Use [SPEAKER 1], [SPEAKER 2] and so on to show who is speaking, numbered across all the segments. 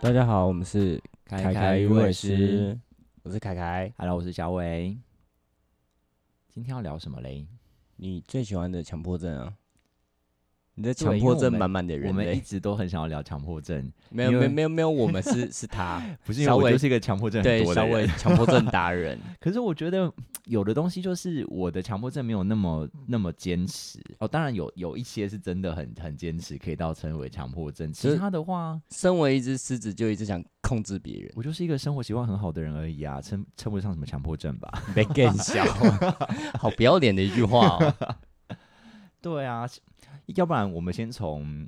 [SPEAKER 1] 大家好，我们是
[SPEAKER 2] 凯
[SPEAKER 1] 凯
[SPEAKER 2] 鱼
[SPEAKER 1] 鱼
[SPEAKER 2] 尾
[SPEAKER 1] 尾
[SPEAKER 2] 狮
[SPEAKER 1] 狮，我是凯凯。
[SPEAKER 2] ，Hello，我是小伟。今天要聊什么嘞？
[SPEAKER 1] 你最喜欢的强迫症啊？你的
[SPEAKER 2] 因
[SPEAKER 1] 强
[SPEAKER 2] 为
[SPEAKER 1] 迫
[SPEAKER 2] 我
[SPEAKER 1] 症
[SPEAKER 2] 们
[SPEAKER 1] 满满的
[SPEAKER 2] 我
[SPEAKER 1] 人
[SPEAKER 2] 们一
[SPEAKER 1] 类，
[SPEAKER 2] 直都很想要聊强迫症，
[SPEAKER 1] 没有
[SPEAKER 2] 因
[SPEAKER 1] 没有没
[SPEAKER 2] 为
[SPEAKER 1] 有没有，我们 是是他，
[SPEAKER 2] 不是因为
[SPEAKER 1] 小
[SPEAKER 2] 我
[SPEAKER 1] 伟
[SPEAKER 2] 就是一个强迫症很
[SPEAKER 1] 对，
[SPEAKER 2] 多
[SPEAKER 1] 小
[SPEAKER 2] 的
[SPEAKER 1] 伟
[SPEAKER 2] 人。
[SPEAKER 1] 强迫症达人。
[SPEAKER 2] 可是我觉得有的东西就是我的强迫症没有那么那么坚持哦。当然有有一些是真的很很坚持，可以到称为强迫症。
[SPEAKER 1] 就
[SPEAKER 2] 其
[SPEAKER 1] 是
[SPEAKER 2] 他的话，
[SPEAKER 1] 身为一只狮子，就一直想控制别人，
[SPEAKER 2] 我就是一个生活习惯很好的人而已啊，称称不上什么强迫症吧。
[SPEAKER 1] 你 被更小， 好不要脸的一句话哦。
[SPEAKER 2] 对啊，是要不然我们先从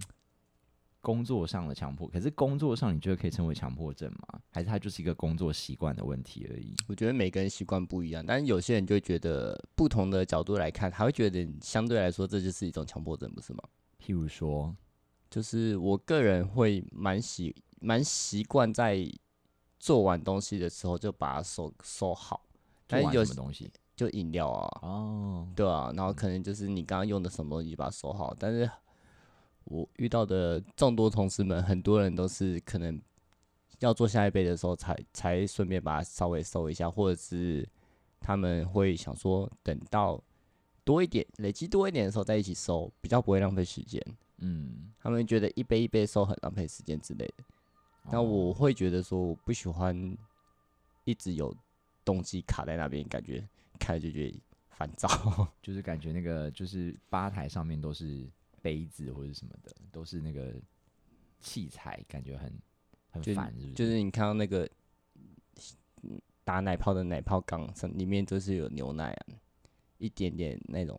[SPEAKER 2] 工作上的强迫，可是工作上你觉得可以称为强迫症吗？还是它就是一个工作习惯的问题而已？
[SPEAKER 1] 我觉得每个人习惯不一样，但有些人就会觉得不同的角度来看，他会觉得你相对来说这就是一种强迫症，不是吗？
[SPEAKER 2] 譬如说，
[SPEAKER 1] 就是我个人会蛮习蛮习惯在做完东西的时候就把它收收好，
[SPEAKER 2] 做
[SPEAKER 1] 但
[SPEAKER 2] 完
[SPEAKER 1] 有
[SPEAKER 2] 什么东西？
[SPEAKER 1] 就饮料啊，
[SPEAKER 2] 哎哦，
[SPEAKER 1] 对啊，然后可能就是你刚刚用的什么东西把它收好，但是我遇到的众多同事们，很多人都是可能要做下一杯的时候才才顺便把它稍微收一下，或者是他们会想说等到多一点累积多一点的时候再一起收，比较不会浪费时间。
[SPEAKER 2] 嗯，
[SPEAKER 1] 他们觉得一杯一杯收很浪费时间之类的。那
[SPEAKER 2] 哦
[SPEAKER 1] 我会觉得说，我不喜欢一直有东西卡在那边，感觉看了就觉得烦躁。
[SPEAKER 2] 就是感觉那个就是吧台上面都是杯子或者什么的，都是那个器材，感觉很很
[SPEAKER 1] 就
[SPEAKER 2] 烦，是不是？
[SPEAKER 1] 就是你看到那个嗯打奶泡的奶泡缸上里面就是有牛奶啊，一点点那种。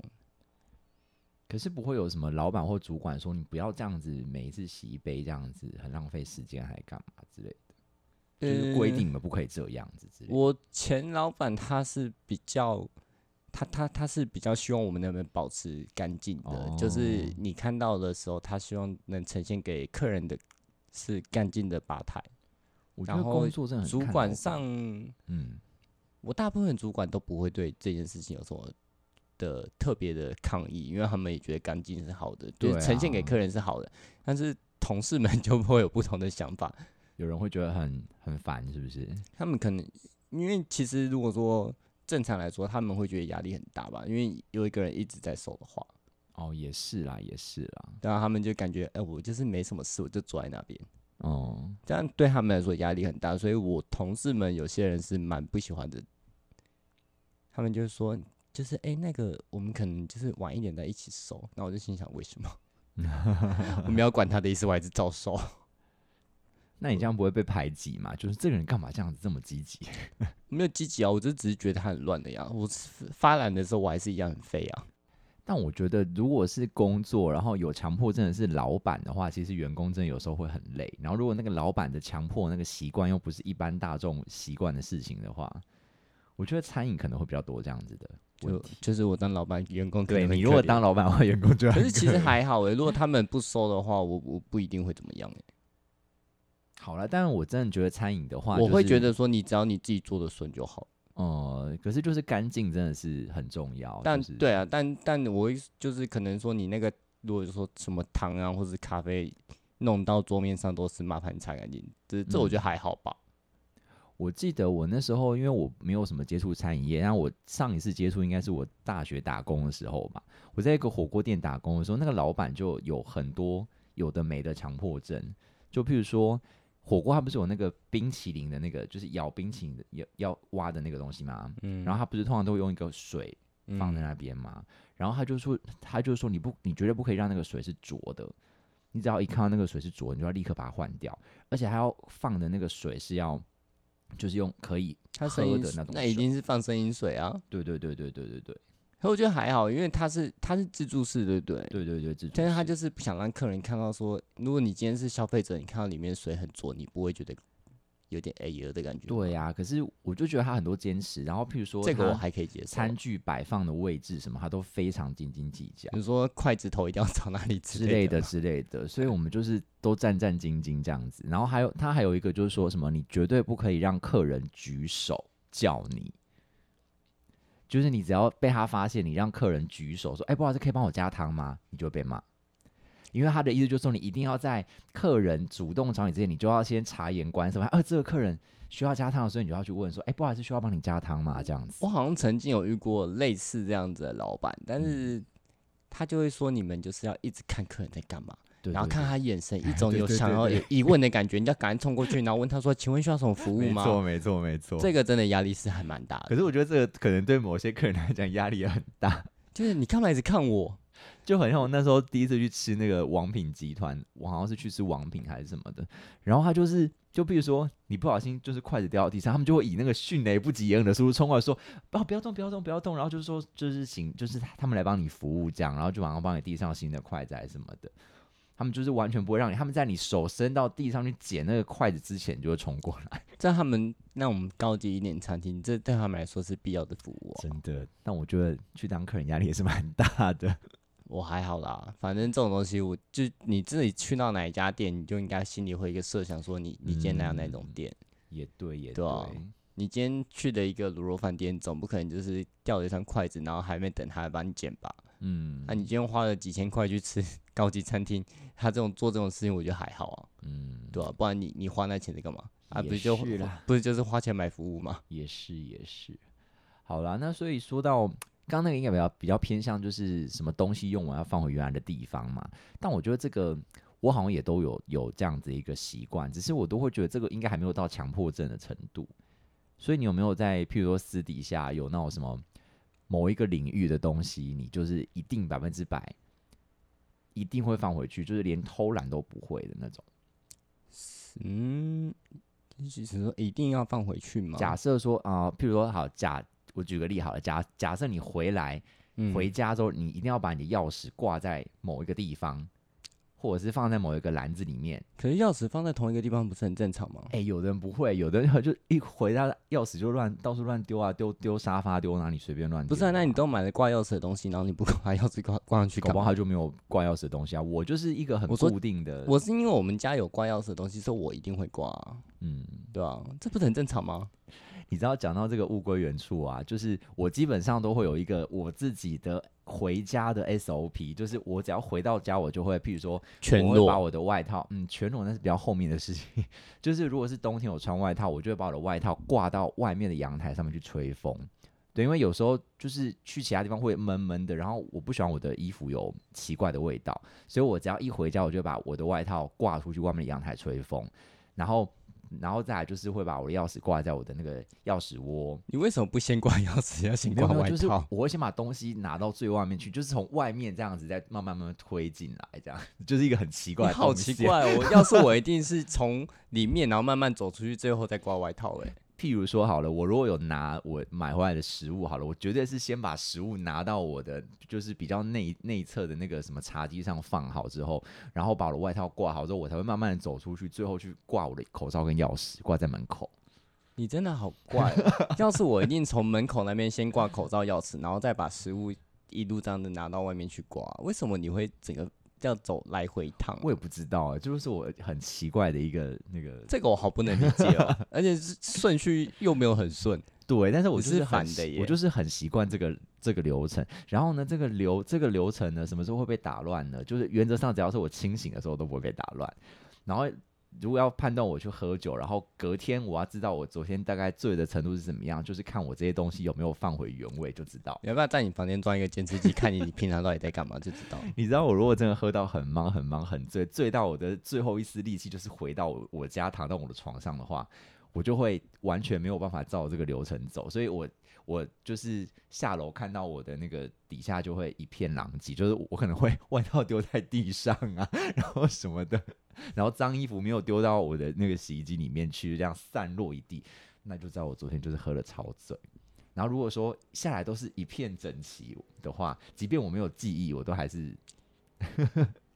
[SPEAKER 2] 可是不会有什么老板或主管说你不要这样子，每一次洗一杯这样子，很浪费时间，还干嘛之类的，就是规定你们不可以这样子之类的。
[SPEAKER 1] 呃我前老板他是比较，他他他是比较希望我们那边保持干净的，就是
[SPEAKER 2] 哦
[SPEAKER 1] 你看到的时候，他希望能呈现给客人的是干净的吧台。
[SPEAKER 2] 我觉
[SPEAKER 1] 然
[SPEAKER 2] 得
[SPEAKER 1] 后
[SPEAKER 2] 工作真的很
[SPEAKER 1] 主
[SPEAKER 2] 看老
[SPEAKER 1] 管
[SPEAKER 2] 板，
[SPEAKER 1] 上，
[SPEAKER 2] 嗯，
[SPEAKER 1] 我大部分主管都不会对这件事情有什么的特别的抗议，因为他们也觉得干净是好的，就是
[SPEAKER 2] 对
[SPEAKER 1] 呈现给
[SPEAKER 2] 啊
[SPEAKER 1] 客人是好的，但是同事们 就会有不同的想法，
[SPEAKER 2] 有人会觉得很很烦，是不是？
[SPEAKER 1] 他们可能因为其实如果说正常来说，他们会觉得压力很大吧，因为有一个人一直在说的话，
[SPEAKER 2] 哦，也是啦，也是啦，
[SPEAKER 1] 然后他们就感觉，哎、我就是没什么事，我就坐在那边，
[SPEAKER 2] 哦，
[SPEAKER 1] 这样对他们来说压力很大，所以我同事们有些人是蛮不喜欢的，他们就是说，就是哎、那个我们可能就是晚一点再一起收，那我就心想为 什么？我没有管他的意思，我还是照收。
[SPEAKER 2] 那你这样不会被排挤嘛？就是这个人干嘛这样子这么积极？
[SPEAKER 1] 没有积极啊，我就只是觉得他很乱的呀。我发懒的时候，我还是一样很废啊。
[SPEAKER 2] 但我觉得，如果是工作，然后有强迫症的是老板的话，其实员工真的有时候会很累。然后，如果那个老板的强迫那个习惯又不是一般大众习惯的事情的话，我觉得餐饮可能会比较多这样子的问
[SPEAKER 1] 就
[SPEAKER 2] 题。
[SPEAKER 1] 就是我当老板，员工可
[SPEAKER 2] 对
[SPEAKER 1] 能很
[SPEAKER 2] 你如果
[SPEAKER 1] 可怜
[SPEAKER 2] 当老板的话，员工就
[SPEAKER 1] 可
[SPEAKER 2] 很
[SPEAKER 1] 是其实
[SPEAKER 2] 怜
[SPEAKER 1] 还好诶、欸如果他们不收的话，我我不一定会怎么样、欸
[SPEAKER 2] 好了。但是我真的觉得餐饮的话、
[SPEAKER 1] 我会
[SPEAKER 2] 就是
[SPEAKER 1] 觉得说，你只要你自己做的顺就好。
[SPEAKER 2] 呃，可是就是干净真的是很重要。
[SPEAKER 1] 但
[SPEAKER 2] 就是、
[SPEAKER 1] 对啊，但但我会就是可能说你那个，如果说什么糖啊或是咖啡弄到桌面上都是，麻烦你擦干净。这这
[SPEAKER 2] 嗯
[SPEAKER 1] 我觉得还好吧。
[SPEAKER 2] 我记得我那时候，因为我没有什么接触餐饮业，然后我上一次接触应该是我大学打工的时候吧。我在一个火锅店打工的时候，那个老板就有很多有的没的强迫症，就譬如说火锅，它不是有那个冰淇淋的那个，就是咬冰淇淋的要要挖的那个东西吗？
[SPEAKER 1] 嗯
[SPEAKER 2] 然后它不是通常都会用一个水放在那边嘛。然后他就说，他就说你不，你绝对不可以让那个水是浊的，你只要一看到那个水是浊，你就要立刻把它换掉，而且还要放的那个水是要，就是用可以，
[SPEAKER 1] 他声音
[SPEAKER 2] 喝的那种
[SPEAKER 1] 那一
[SPEAKER 2] 水
[SPEAKER 1] 定是放生饮水啊。
[SPEAKER 2] 对对对对对对对
[SPEAKER 1] 可我觉得还好，因为他是他是自助式，对不对？
[SPEAKER 2] 对对对，自助
[SPEAKER 1] 但是他
[SPEAKER 2] 式
[SPEAKER 1] 就是不想让客人看到说，如果你今天是消费者，你看到里面水很浊，你不会觉得有点哎呦的感觉。，
[SPEAKER 2] 对呀、啊可是我就觉得他很多坚持，然后譬如说
[SPEAKER 1] 这个我
[SPEAKER 2] 他
[SPEAKER 1] 还可以接受。
[SPEAKER 2] 餐具摆放的位置什么，他都非常斤斤计较。
[SPEAKER 1] 你说筷子头一定要 朝哪里
[SPEAKER 2] 之类
[SPEAKER 1] 的
[SPEAKER 2] 的
[SPEAKER 1] 吗，
[SPEAKER 2] 之类的，所以我们就是都战战兢兢这样子。然后还有他还有一个就是说什么，你绝对不可以让客人举手叫你，就是你只要被他发现，你让客人举手说，哎、不好意思，可以帮我加汤吗？你就会被骂。因为他的意思就是说，你一定要在客人主动找你之前，你就要先察言观色，呃、啊，这个客人需要加汤的时候，你就要去问说，哎、不好意思，需要帮你加汤吗？这样子。
[SPEAKER 1] 我好像曾经有遇过类似这样子的老板，但
[SPEAKER 2] 嗯
[SPEAKER 1] 是他就会说你们就是要一直看客人在干嘛，
[SPEAKER 2] 对
[SPEAKER 1] 然后
[SPEAKER 2] 对
[SPEAKER 1] 看
[SPEAKER 2] 对
[SPEAKER 1] 他眼神，一
[SPEAKER 2] 哎
[SPEAKER 1] 种
[SPEAKER 2] 对
[SPEAKER 1] 有
[SPEAKER 2] 对
[SPEAKER 1] 想
[SPEAKER 2] 对
[SPEAKER 1] 要
[SPEAKER 2] 对
[SPEAKER 1] 有疑问的感觉，你就赶紧冲过去，然后问他说：“请问需要什么服务
[SPEAKER 2] 没
[SPEAKER 1] 吗
[SPEAKER 2] 错，没错，没？”错。
[SPEAKER 1] 这个真的压力是还蛮大
[SPEAKER 2] 可
[SPEAKER 1] 的，
[SPEAKER 2] 是我觉得这个可能对某些客人来讲压力也很大，
[SPEAKER 1] 就是你干嘛一直看我？
[SPEAKER 2] 就很像我那时候第一次去吃那个王品集团，我好像是去吃王品还是什么的，然后他就是就比如说你不小心就是筷子掉到地上，他们就会以那个迅雷不及掩耳的速度冲过来说，不、不要动，不要动，不要动，然后就是说就是请就是他们来帮你服务这样，然后就马上帮你递上新的筷子还是什么的。他们就是完全不会让你，他们在你手伸到地上去捡那个筷子之前就会冲过来，
[SPEAKER 1] 在他们那我们高级一点的餐厅，这对他们来说是必要的服务、啊。
[SPEAKER 2] 真的。 但我觉得去当客人压力也是蛮大的。
[SPEAKER 1] 我还好啦，反正这种东西，我就你自己去到哪一家店，你就应该心里会有一个设想，说你你今天来到哪种
[SPEAKER 2] 嗯
[SPEAKER 1] 店。
[SPEAKER 2] 也对，也
[SPEAKER 1] 对啊你今天去的一个卤肉饭店，总不可能就是掉了一双筷子，然后还没等他来帮你捡吧？
[SPEAKER 2] 嗯
[SPEAKER 1] 那、你今天花了几千块去吃高级餐厅，他这种做这种事情，我觉得还好啊，
[SPEAKER 2] 嗯，
[SPEAKER 1] 对吧、不然你你花那钱是干嘛？啊，
[SPEAKER 2] 也
[SPEAKER 1] 不是就是
[SPEAKER 2] 啦
[SPEAKER 1] 不是就是花钱买服务吗？
[SPEAKER 2] 也是也是。好啦，那所以说到刚刚那个应该比较比较偏向就是什么东西用完要放回原来的地方嘛，但我觉得这个我好像也都有有这样子一个习惯，只是我都会觉得这个应该还没有到强迫症的程度。所以你有没有在譬如说私底下有那种什么某一个领域的东西，你就是一定百分之百一定会放回去，就是连偷懒都不会的那种？
[SPEAKER 1] 嗯，就是说一定要放回去吗？
[SPEAKER 2] 假设说啊、呃譬如说好假，我举个例好了，假假设你回来
[SPEAKER 1] 嗯
[SPEAKER 2] 回家之后，你一定要把你的钥匙挂在某一个地方，或者是放在某一个篮子里面。
[SPEAKER 1] 可是钥匙放在同一个地方不是很正常吗？
[SPEAKER 2] 哎、有的人不会，有的人就一回家钥匙就乱到处乱丢啊，丢丢沙发，丢哪里随便乱丢。
[SPEAKER 1] 不是、啊，那你。都买了挂钥匙的东西，然后你不把钥匙挂挂上去
[SPEAKER 2] 搞
[SPEAKER 1] 干
[SPEAKER 2] 不
[SPEAKER 1] 嘛？
[SPEAKER 2] 好他就没有挂钥匙的东西啊！我就是一个很
[SPEAKER 1] 我说
[SPEAKER 2] 固定的，
[SPEAKER 1] 我是因为我们家有挂钥匙的东西，所以我一定会挂、啊，
[SPEAKER 2] 嗯，
[SPEAKER 1] 对啊，这不是很正常吗？
[SPEAKER 2] 你知道讲到这个物归原处啊，就是我基本上都会有一个我自己的回家的 SOP，就是我只要回到家，我就会，譬如说，
[SPEAKER 1] 全
[SPEAKER 2] 我会把
[SPEAKER 1] 裸，
[SPEAKER 2] 我的外套，嗯，全裸那是比较后面的事情。 就是如果是冬天我穿外套，我就会把我的外套挂到外面的阳台上面去吹风。对，因为有时候就是去其他地方会闷闷的，然后我不喜欢我的衣服有奇怪的味道，所以我只要一回家，我就把我的外套挂出去外面的阳台吹风，然后，然后再来就是会把我的钥匙挂在我的那个钥匙窝，
[SPEAKER 1] 你为什么不先挂钥匙，要先
[SPEAKER 2] 没有
[SPEAKER 1] 挂
[SPEAKER 2] 没有，
[SPEAKER 1] 外
[SPEAKER 2] 就是
[SPEAKER 1] 套？
[SPEAKER 2] 我会先把东西拿到最外面去，就是从外面这样子再慢慢慢慢推进来，这样 就是一个很奇怪
[SPEAKER 1] 你
[SPEAKER 2] 的啊
[SPEAKER 1] 好
[SPEAKER 2] 动
[SPEAKER 1] 奇
[SPEAKER 2] 线。
[SPEAKER 1] 怪哦，我 要是我一定是从里面，然后慢慢走出去，最后再挂外套、欸。哎，
[SPEAKER 2] 譬如说好了，我如果有拿我买回来的食物好了，我绝对是先把食物拿到我的就是比较内内侧的那个什么茶几上放好之后，然后把我的外套挂好之后，我才会慢慢的走出去，最后去挂我的口罩跟钥匙挂在门口。
[SPEAKER 1] 你真的好怪哦、要是我一定从门口那边先挂口罩、钥匙，然后再把食物一路这样子拿到外面去挂。为什么你会整个要走来回一趟啊、
[SPEAKER 2] 我也不知道、欸，就是我很奇怪的一个那个
[SPEAKER 1] 这个我好不能理解哦，而且是顺序又没有很顺。
[SPEAKER 2] 对，但是我
[SPEAKER 1] 你
[SPEAKER 2] 就是是很
[SPEAKER 1] 反
[SPEAKER 2] 习
[SPEAKER 1] 的耶
[SPEAKER 2] 我就是很习惯这个这个流程。然后呢，这个流这个流程呢，什么时候会被打乱呢？就是原则上只要是我清醒的时候都不会被打乱。然后如果要判断我去喝酒，然后隔天我要知道我昨天大概醉的程度是怎么样，就是看我这些东西有没有放回原位就知道。
[SPEAKER 1] 你要不要在你房间装一个监视器，看你平常到底在干嘛，就知道了。
[SPEAKER 2] 你知道我如果真的喝到很忙很忙很醉，醉到我的最后一丝力气就是回到我我家躺到我的床上的话，我就会完全没有办法照这个流程走，所以我我就是下楼看到我的那个底下就会一片狼藉，就是我可能会 外套丢在地上啊，然后什么的，然后脏衣服没有丢到我的那个洗衣机里面去，这样散落一地，那就知道我昨天就是喝了超醉。然后如果说下来都是一片整齐的话，即便我没有记忆，我都还是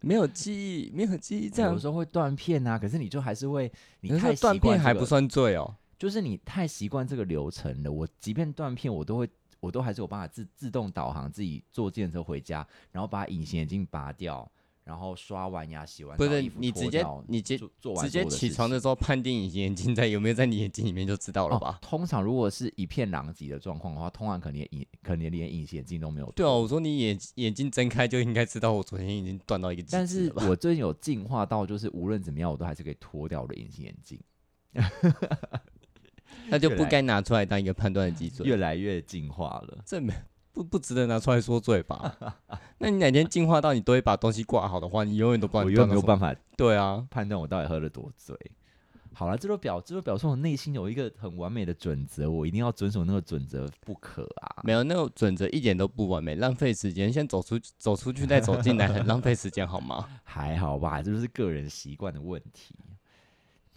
[SPEAKER 1] 没有记忆，没有记忆，这
[SPEAKER 2] 有
[SPEAKER 1] 样
[SPEAKER 2] 时候会断片啊。可是你就还是会，你
[SPEAKER 1] 可
[SPEAKER 2] 太
[SPEAKER 1] 是
[SPEAKER 2] 习
[SPEAKER 1] 断
[SPEAKER 2] 惯
[SPEAKER 1] 片
[SPEAKER 2] 这
[SPEAKER 1] 还
[SPEAKER 2] 个
[SPEAKER 1] 不算醉哦。
[SPEAKER 2] 就是你太习惯这个流程了。我即便断片，我都会，我都还是有办法自自动导航自己坐电车回家，然后把隐形眼镜拔掉，然后刷完牙、洗完
[SPEAKER 1] 不
[SPEAKER 2] 澡，
[SPEAKER 1] 是
[SPEAKER 2] 衣服
[SPEAKER 1] 你
[SPEAKER 2] 脱
[SPEAKER 1] 直接
[SPEAKER 2] 掉
[SPEAKER 1] 你直
[SPEAKER 2] 做做完
[SPEAKER 1] 直
[SPEAKER 2] 所
[SPEAKER 1] 接
[SPEAKER 2] 有的
[SPEAKER 1] 起
[SPEAKER 2] 事
[SPEAKER 1] 床
[SPEAKER 2] 情
[SPEAKER 1] 的时候判定你眼睛在有没有在你眼睛里面就知道了
[SPEAKER 2] 哦
[SPEAKER 1] 吧？
[SPEAKER 2] 通常如果是一片狼藉的状况的话，通常可能连隐可能连隐形眼镜都没有
[SPEAKER 1] 对啊，我说你眼眼睛睁开就应该知道我昨天已经断到一个极
[SPEAKER 2] 但
[SPEAKER 1] 致
[SPEAKER 2] 是
[SPEAKER 1] 了吧？
[SPEAKER 2] 我最近有进化到，就是无论怎么样，我都还是可以脱掉我的隐形眼镜，
[SPEAKER 1] 那就
[SPEAKER 2] 越
[SPEAKER 1] 不
[SPEAKER 2] 来
[SPEAKER 1] 该拿出来当一个判断的基准，
[SPEAKER 2] 越来越进化了。
[SPEAKER 1] 这没不不值得拿出来说嘴 吧？那你哪天进化到你都会把东西挂好的话，你永远都不知道
[SPEAKER 2] 我
[SPEAKER 1] 你
[SPEAKER 2] 又
[SPEAKER 1] 断
[SPEAKER 2] 没
[SPEAKER 1] 到
[SPEAKER 2] 有
[SPEAKER 1] 什么。
[SPEAKER 2] 办法
[SPEAKER 1] 对啊，
[SPEAKER 2] 判断我到底喝了多醉。好了，这就表这就表示我内心有一个很完美的准则，我一定要遵守那个准则不可啊！
[SPEAKER 1] 没有那种准则一点都不完美，浪费时间。先走出走出去再走进 来，很浪费时间好吗？
[SPEAKER 2] 还好吧，这就是个人习惯的问题。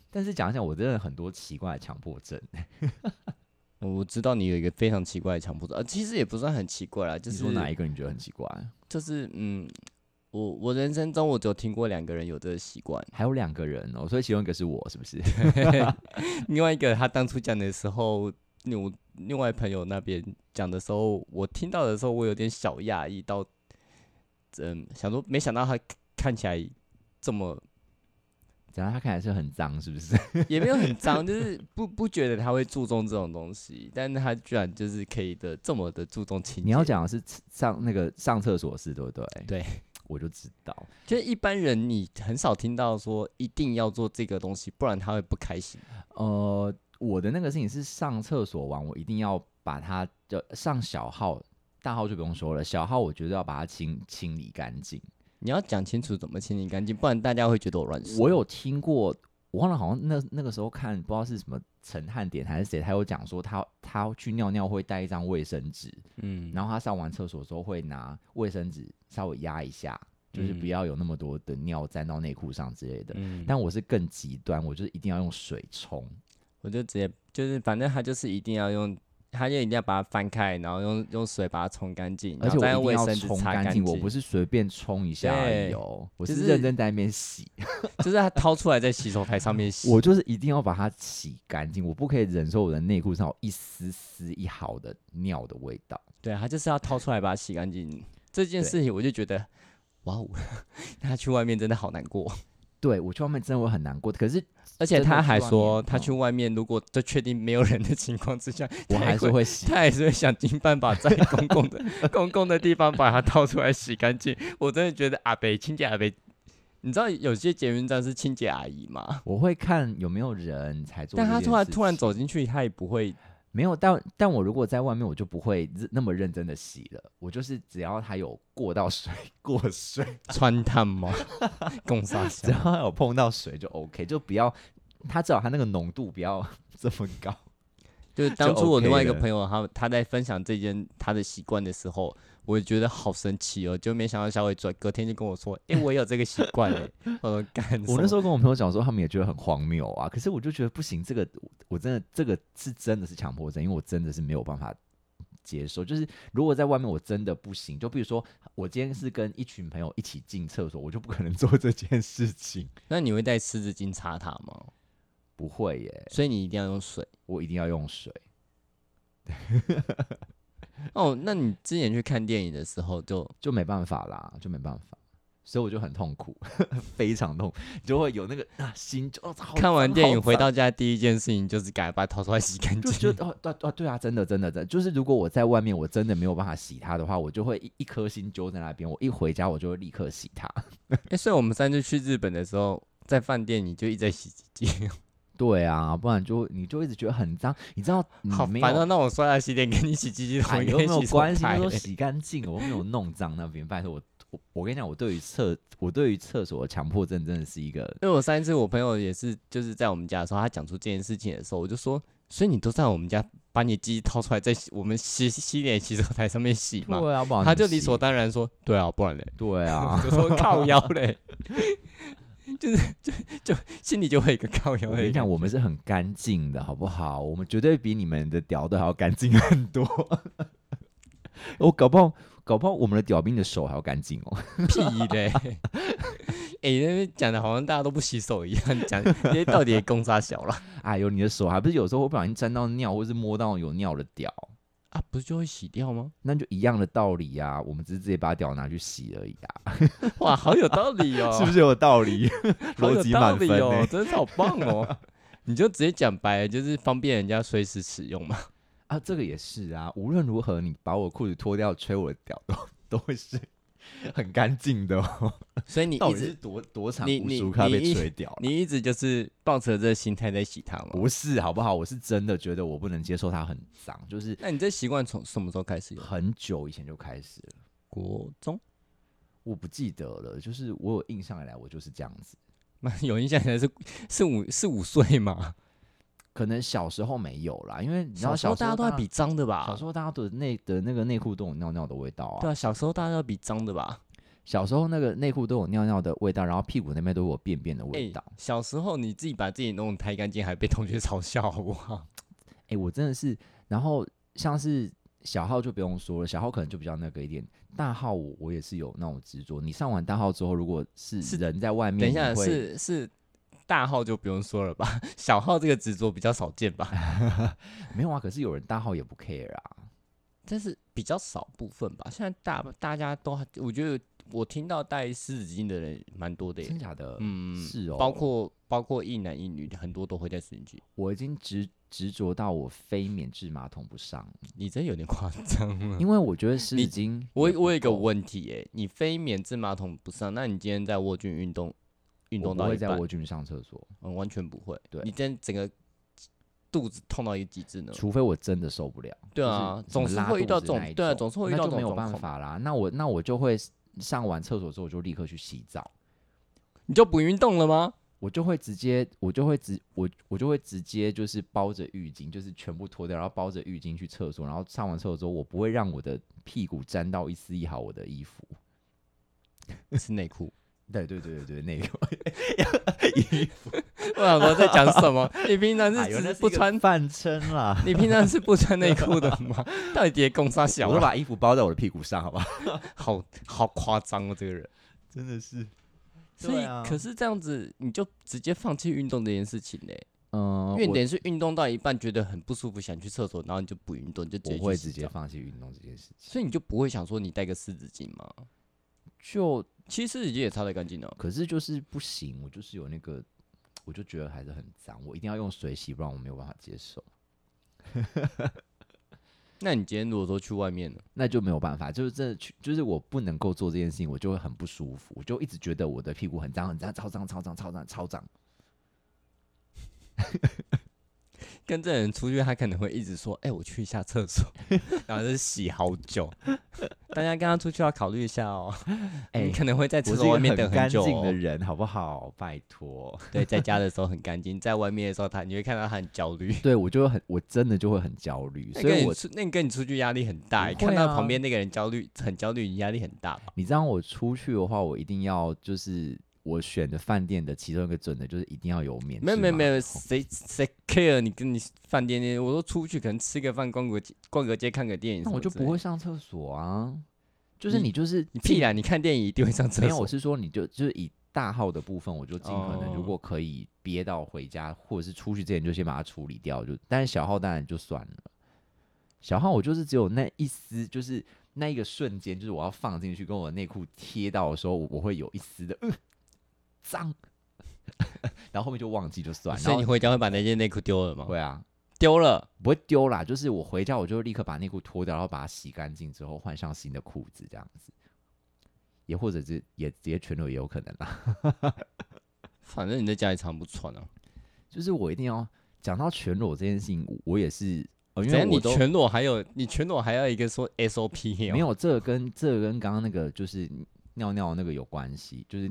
[SPEAKER 2] 但是讲一讲，我真的很多奇怪的强迫症。
[SPEAKER 1] 我知道你有一个非常奇怪的强迫症，呃，其实也不算很奇怪啦，就
[SPEAKER 2] 你
[SPEAKER 1] 是
[SPEAKER 2] 说哪一个你觉得很奇怪？
[SPEAKER 1] 就是嗯，我我人生中我只有听过两个人有这个习 惯，
[SPEAKER 2] 还有两个人哦，所以其中一个是我，是 不是？
[SPEAKER 1] 另外一个他当初讲的时候，那我另外朋友那边讲的时候，我听到的时候我有点小讶异到，嗯，想说没想到他看起来这么
[SPEAKER 2] 讲他看起来是很脏，是不是？
[SPEAKER 1] 也没有很脏，就是不不觉得他会注重这种东西，但是他居然就是可以的这么的注重清洁。
[SPEAKER 2] 你要，讲的是上那个上厕所是对不对？
[SPEAKER 1] 对，
[SPEAKER 2] 我就知道。
[SPEAKER 1] 就是一般人你很少听到说一定要做这个东西，不然他会不开心。
[SPEAKER 2] 呃，我的那个事情是上厕所完，我一定要把它就上小号，大号就不用说了，小号我觉得要把它清清理干净。
[SPEAKER 1] 你要讲清楚怎么清理干净，不然大家会觉得我乱说。
[SPEAKER 2] 我有听过，我忘了好像那那个时候看不知道是什么陈汉典还是谁，他有讲说他他去尿尿会带一张卫生纸，
[SPEAKER 1] 嗯，
[SPEAKER 2] 然后他上完厕所之后会拿卫生纸稍微压一下，就是不
[SPEAKER 1] 嗯
[SPEAKER 2] 要有那么多的尿沾到内裤上之类的。
[SPEAKER 1] 嗯
[SPEAKER 2] 但我是更极端，我就是一定要用水冲。
[SPEAKER 1] 我就直接就是，反正他就是一定要用，他就一定要把它翻开，然后用用水把它冲干净，
[SPEAKER 2] 而
[SPEAKER 1] 然
[SPEAKER 2] 且
[SPEAKER 1] 后再用
[SPEAKER 2] 我一
[SPEAKER 1] 卫
[SPEAKER 2] 定要
[SPEAKER 1] 生纸
[SPEAKER 2] 冲
[SPEAKER 1] 擦
[SPEAKER 2] 干
[SPEAKER 1] 净。
[SPEAKER 2] 我不
[SPEAKER 1] 是，
[SPEAKER 2] 是随便冲一下而已
[SPEAKER 1] 对
[SPEAKER 2] 哦，我
[SPEAKER 1] 就是是
[SPEAKER 2] 认真在那边 洗，
[SPEAKER 1] 就是他掏出来在洗手台上面洗。
[SPEAKER 2] 我就是一定要把它洗干净，我不可以忍受我的内裤上有一丝丝一毫的尿的味道。
[SPEAKER 1] 对，他就是要掏出来把它洗干净。这件
[SPEAKER 2] 对
[SPEAKER 1] 事情我就觉得，哇哦， 他去外面真的好难过。
[SPEAKER 2] 对我去外面真的会很难过，可是
[SPEAKER 1] 而且
[SPEAKER 2] 真的
[SPEAKER 1] 他
[SPEAKER 2] 去
[SPEAKER 1] 还
[SPEAKER 2] 外
[SPEAKER 1] 说，
[SPEAKER 2] 面
[SPEAKER 1] 他
[SPEAKER 2] 嗯
[SPEAKER 1] 去外面如果在确定没有人的情况之下，
[SPEAKER 2] 我
[SPEAKER 1] 他
[SPEAKER 2] 还是
[SPEAKER 1] 会
[SPEAKER 2] 会洗。
[SPEAKER 1] 他还是会想尽办法在公共 的公共的地方把它掏出来洗干净。我真的觉得阿北清洁阿北，你知道有些捷运站是清洁阿姨嘛？
[SPEAKER 2] 我会看有没有人才做这
[SPEAKER 1] 但
[SPEAKER 2] 件事
[SPEAKER 1] 他
[SPEAKER 2] 情。
[SPEAKER 1] 突然突然走进去，他也不会。
[SPEAKER 2] 没有，但但我如果在外面，我就不会认那么认真的洗了。我就是只要它有过到水， 过水，
[SPEAKER 1] 穿探 吗？共杀小
[SPEAKER 2] 只要它有碰到水就 OK，就不要它至少它那个浓度不要 这么高。
[SPEAKER 1] 就是当初我
[SPEAKER 2] OK
[SPEAKER 1] 另外一个
[SPEAKER 2] 了
[SPEAKER 1] 朋友，他他在分享这件他的习惯的时候，我觉得好神奇哦，就没想到小伟转隔天就跟我说：“诶，我也有这个习惯诶。我说：“干什么，
[SPEAKER 2] 我那时候跟我朋友讲说，他们也觉得很荒谬啊。可是我就觉得不行，这个我我真的这个是真的是强迫症，因为我真的是没有办法接受。就是如果在外面我真的不行，就比如说我今天是跟一群朋友一起进厕所，我就不可能做这件事情。
[SPEAKER 1] 那你会带湿纸巾擦它吗？
[SPEAKER 2] 不会耶，
[SPEAKER 1] 所以你一定要用水。
[SPEAKER 2] 我一定要用水。
[SPEAKER 1] 哦，那你之前去看电影的时候就，
[SPEAKER 2] 就没办法啦，就没办法，所以我就很痛苦， 非常痛，就会有那个啊心就、哦、好
[SPEAKER 1] 看完
[SPEAKER 2] 脏
[SPEAKER 1] 电影
[SPEAKER 2] 好
[SPEAKER 1] 回
[SPEAKER 2] 脏
[SPEAKER 1] 到家第一件事情就是赶快把它掏出来洗干
[SPEAKER 2] 就
[SPEAKER 1] 净。
[SPEAKER 2] 觉 得哦对啊对啊对啊，真的真的真的，就是如果我在外面我真的没有办法洗它的话，我就会一一颗心揪在那边，我一回家我就会立刻洗它。
[SPEAKER 1] 哎、所以我们上次去日本的时候，在饭店你就一直在洗洗机，
[SPEAKER 2] 对啊，不然就你就一直觉得很脏，你知道 你
[SPEAKER 1] 好
[SPEAKER 2] 嗯没
[SPEAKER 1] 烦哦！
[SPEAKER 2] 有。
[SPEAKER 1] 那我刷牙洗脸跟你洗鸡鸡同
[SPEAKER 2] 哎，
[SPEAKER 1] 一个
[SPEAKER 2] 有没有
[SPEAKER 1] 洗手
[SPEAKER 2] 关系？
[SPEAKER 1] 台
[SPEAKER 2] 就说
[SPEAKER 1] 嘞
[SPEAKER 2] 洗干净，我没有弄脏那边。拜托我，我我跟你讲，我对于厕，我对于厕所的强迫症真的是一个
[SPEAKER 1] 因为我上一次我朋友也是，就是在我们家的时候，他讲出这件事情的时候，我就说，所以你都在我们家把你鸡鸡掏出来，在洗我们洗洗脸洗手台上面洗嘛？
[SPEAKER 2] 对啊，不然
[SPEAKER 1] 他
[SPEAKER 2] 怎么
[SPEAKER 1] 就理
[SPEAKER 2] 洗
[SPEAKER 1] 所当然说，对啊，不然嘞。
[SPEAKER 2] 对啊，
[SPEAKER 1] 就说靠腰嘞， 就是就就心里就会有一个靠腰的
[SPEAKER 2] 我跟
[SPEAKER 1] 一
[SPEAKER 2] 你
[SPEAKER 1] 个。
[SPEAKER 2] 讲，我们是很干净的，好不好？我们绝对比你们的屌的还要干净很 多。我搞不好，搞不好我们的屌比你的手还要干净哦。
[SPEAKER 1] 屁嘞！哎、那边讲的好像大家都不洗手一样，讲这到底公差小了
[SPEAKER 2] 哎呦，你的手还不是有时候会不小心沾到尿，或是摸到有尿的屌，
[SPEAKER 1] 啊，不是就会洗掉吗？
[SPEAKER 2] 那就一样的道理啊，我们只是直接把屌拿去洗而已啊，
[SPEAKER 1] 哇，好有道理哦，
[SPEAKER 2] 是不是有 道理？
[SPEAKER 1] 好有
[SPEAKER 2] 逻辑
[SPEAKER 1] 道
[SPEAKER 2] 满分欸
[SPEAKER 1] 理
[SPEAKER 2] 呢、
[SPEAKER 1] 哦，真是好棒哦！你就直接讲白了，就是方便人家随时使用嘛。
[SPEAKER 2] 啊，这个也是啊，无论如何你把我裤子脱掉吹我的屌都 都会是很干净的、哦。
[SPEAKER 1] 所以你
[SPEAKER 2] 到
[SPEAKER 1] 一
[SPEAKER 2] 底是
[SPEAKER 1] 直
[SPEAKER 2] 多多长
[SPEAKER 1] 你
[SPEAKER 2] 无
[SPEAKER 1] 你
[SPEAKER 2] 时无刻要
[SPEAKER 1] 你
[SPEAKER 2] 被
[SPEAKER 1] 一
[SPEAKER 2] 吹掉了？
[SPEAKER 1] 你一直就是抱着这个心态在洗它嘛？
[SPEAKER 2] 不是好不好？我是真的觉得我不能接受它很脏，就是
[SPEAKER 1] 那你这习惯从什么时候开始有？
[SPEAKER 2] 很久以前就开始了，
[SPEAKER 1] 国中？
[SPEAKER 2] 我不记得了。就是我有印象以来，我就是这样子。
[SPEAKER 1] 那有印象起来是是五是五岁嘛？
[SPEAKER 2] 可能小时候没有啦，因为你知道
[SPEAKER 1] 小时候
[SPEAKER 2] 小
[SPEAKER 1] 大家都在比脏的吧？
[SPEAKER 2] 小时候大家的内的那个内裤都有尿尿的味道
[SPEAKER 1] 对
[SPEAKER 2] 啊，
[SPEAKER 1] 啊，小时候大家都在比脏的吧？
[SPEAKER 2] 小时候那个内裤都有尿尿的味道，然后屁股那边都有便便的味
[SPEAKER 1] 哎
[SPEAKER 2] 道。，
[SPEAKER 1] 小时候你自己把自己弄得太干净，还被同学嘲笑，好不 好？
[SPEAKER 2] 哎、我真的是，然后像是小号就不用说了，小号可能就比较那个一点，大号我我也是有那种执着。你上完大号之后，如果是
[SPEAKER 1] 是
[SPEAKER 2] 人在外面，
[SPEAKER 1] 等一下
[SPEAKER 2] 你会
[SPEAKER 1] 是是大号就不用说了吧？小号这个执着比较少见吧？
[SPEAKER 2] 没有啊？可是有人大号也不 care 啊。
[SPEAKER 1] 但是比较少部分吧。现在大大家都还，我觉得我听到戴湿纸巾的人蛮多的耶
[SPEAKER 2] 真，假的？
[SPEAKER 1] 嗯，
[SPEAKER 2] 是哦。
[SPEAKER 1] 包括包括一男一女，很多都会戴湿纸巾。
[SPEAKER 2] 我已经执执着到我非免治马桶不上，
[SPEAKER 1] 你真有点夸张了。
[SPEAKER 2] 因为我觉得
[SPEAKER 1] 嗯
[SPEAKER 2] 湿
[SPEAKER 1] 你
[SPEAKER 2] 纸巾
[SPEAKER 1] 我
[SPEAKER 2] 也不
[SPEAKER 1] 我有一个
[SPEAKER 2] 够，
[SPEAKER 1] 问题耶，你非免治马桶不上，那你今天在卧菌运动运
[SPEAKER 2] 我
[SPEAKER 1] 动
[SPEAKER 2] 不
[SPEAKER 1] 到
[SPEAKER 2] 会
[SPEAKER 1] 一
[SPEAKER 2] 在
[SPEAKER 1] 半，
[SPEAKER 2] 蜗居上厕所，
[SPEAKER 1] 嗯，完全不会。
[SPEAKER 2] 对
[SPEAKER 1] 你今天整个肚子痛到一个极致呢？
[SPEAKER 2] 除非我真的受不了。
[SPEAKER 1] 嗯对
[SPEAKER 2] 就是
[SPEAKER 1] 啊，
[SPEAKER 2] 什
[SPEAKER 1] 总
[SPEAKER 2] 么
[SPEAKER 1] 是
[SPEAKER 2] 拉
[SPEAKER 1] 会遇
[SPEAKER 2] 肚
[SPEAKER 1] 到
[SPEAKER 2] 子
[SPEAKER 1] 这种
[SPEAKER 2] 那一
[SPEAKER 1] 对啊，总是会遇
[SPEAKER 2] 那
[SPEAKER 1] 到
[SPEAKER 2] 就
[SPEAKER 1] 这
[SPEAKER 2] 没
[SPEAKER 1] 种
[SPEAKER 2] 有
[SPEAKER 1] 状
[SPEAKER 2] 办
[SPEAKER 1] 况嘛，
[SPEAKER 2] 法啦。那我那我就会上完厕所之后，我就立刻去洗澡。
[SPEAKER 1] 你就不运动了 吗？
[SPEAKER 2] 我就会直接，我就会直，我我就会直接就是包着浴巾，就是全部脱掉，然后包着浴巾去厕所，然后上完厕所之后，我不会让我的屁股沾到一丝一毫我的衣服。
[SPEAKER 1] 是内裤。
[SPEAKER 2] 对对对对对，那 个
[SPEAKER 1] 我想说在讲什么？你平常
[SPEAKER 2] 哎
[SPEAKER 1] 是
[SPEAKER 2] 呦
[SPEAKER 1] 只
[SPEAKER 2] 那
[SPEAKER 1] 是
[SPEAKER 2] 是
[SPEAKER 1] 不
[SPEAKER 2] 一个
[SPEAKER 1] 穿
[SPEAKER 2] 半撑啦，
[SPEAKER 1] 你平常是不穿内裤的吗？ 到底叠公杀小
[SPEAKER 2] 我都
[SPEAKER 1] 了，
[SPEAKER 2] 把衣服包在我的屁股上，好吧？
[SPEAKER 1] 好好夸张哦，这个人。
[SPEAKER 2] 真的是，
[SPEAKER 1] 所以
[SPEAKER 2] 对，啊
[SPEAKER 1] 可是这样子，你就直接放弃运动这件事情嘞，
[SPEAKER 2] 嗯、
[SPEAKER 1] 因为你等于是运动到一半觉得很不舒服，想去厕所，然后你就不运动，你就直
[SPEAKER 2] 我
[SPEAKER 1] 接
[SPEAKER 2] 我会
[SPEAKER 1] 去洗
[SPEAKER 2] 直接
[SPEAKER 1] 澡，
[SPEAKER 2] 放弃运动这件事情。
[SPEAKER 1] 所以你就不会想说你带个湿纸巾吗？
[SPEAKER 2] 就
[SPEAKER 1] 其实湿纸巾也擦得干净哦。
[SPEAKER 2] 可是就是不行，我就是有那个，我就觉得还是很脏，我一定要用水洗，不然我没有办法接受。
[SPEAKER 1] 那你今天如果说去外面呢？
[SPEAKER 2] 那就没有办法，就是真的去，就是我不能够做这件事情，我就会很不舒服，我就一直觉得我的屁股很脏，很脏，超脏，超脏，超脏，超脏。
[SPEAKER 1] 跟这人出去，他可能会一直说：“哎、我去一下厕所。”然后就洗好久。 大家跟他出去要考虑一下 哦，
[SPEAKER 2] 哎
[SPEAKER 1] 你可能会在
[SPEAKER 2] 我
[SPEAKER 1] 厕
[SPEAKER 2] 是
[SPEAKER 1] 所外
[SPEAKER 2] 一
[SPEAKER 1] 面
[SPEAKER 2] 个
[SPEAKER 1] 等
[SPEAKER 2] 很干
[SPEAKER 1] 久、
[SPEAKER 2] 净的
[SPEAKER 1] 哦。
[SPEAKER 2] 人，好不好？拜托。
[SPEAKER 1] 对，在家的时候很干净，在外面的时候他，你会看到他很焦虑。
[SPEAKER 2] 对我就会很，我真的就会很焦虑，
[SPEAKER 1] 那
[SPEAKER 2] 所
[SPEAKER 1] 哎跟
[SPEAKER 2] 以
[SPEAKER 1] 你
[SPEAKER 2] 我
[SPEAKER 1] 出，那你跟你出去压力很大、
[SPEAKER 2] 不
[SPEAKER 1] 看
[SPEAKER 2] 会
[SPEAKER 1] 到
[SPEAKER 2] 啊
[SPEAKER 1] 旁边那个人焦虑，很焦虑，你压力很大吧？
[SPEAKER 2] 你知道我出去的话，我一定要就是我选的饭店的其中一个准的，就是一定要有免治哦
[SPEAKER 1] 没有没有没有，
[SPEAKER 2] 马桶
[SPEAKER 1] 谁谁 care 你跟你饭店那？我说出去可能吃个饭，逛个街逛个街，看个电影什
[SPEAKER 2] 那我
[SPEAKER 1] 么之
[SPEAKER 2] 就
[SPEAKER 1] 类的。
[SPEAKER 2] 不会上厕所啊。就是你就是
[SPEAKER 1] 你
[SPEAKER 2] 尽
[SPEAKER 1] 屁啦！你看电影一定会上厕所。
[SPEAKER 2] 没有，我是说，你就就是以大号的部分，我就尽可能，
[SPEAKER 1] 哦
[SPEAKER 2] 如果可以憋到回家、或者是出去之前，就先把它处理掉。就，但是小号当然就算了。小号我就是只有那一丝，就是那一个瞬间，就是我要放进去跟我内裤贴到的时候，我我会有一丝的呃脏、 然后后面就忘记就算了。
[SPEAKER 1] 所以你
[SPEAKER 2] 然后
[SPEAKER 1] 回家会把那件内裤丢了吗？
[SPEAKER 2] 会啊，
[SPEAKER 1] 丢了。
[SPEAKER 2] 不会丢啦，就是我回家我就立刻把内裤脱掉，然后把它洗干净之后换上新的裤子，这样子。也或者是也直接全裸也有可能啦。
[SPEAKER 1] 反正你在家里常不穿啊，
[SPEAKER 2] 就是我一定要讲到全裸这件事情，我我也是，呃、因
[SPEAKER 1] 等下
[SPEAKER 2] 为
[SPEAKER 1] 你
[SPEAKER 2] 我都
[SPEAKER 1] 全裸还有你全裸还要一个说 SOP 哦
[SPEAKER 2] 没有这个跟这个跟刚刚那个就是尿尿那个有关系，就是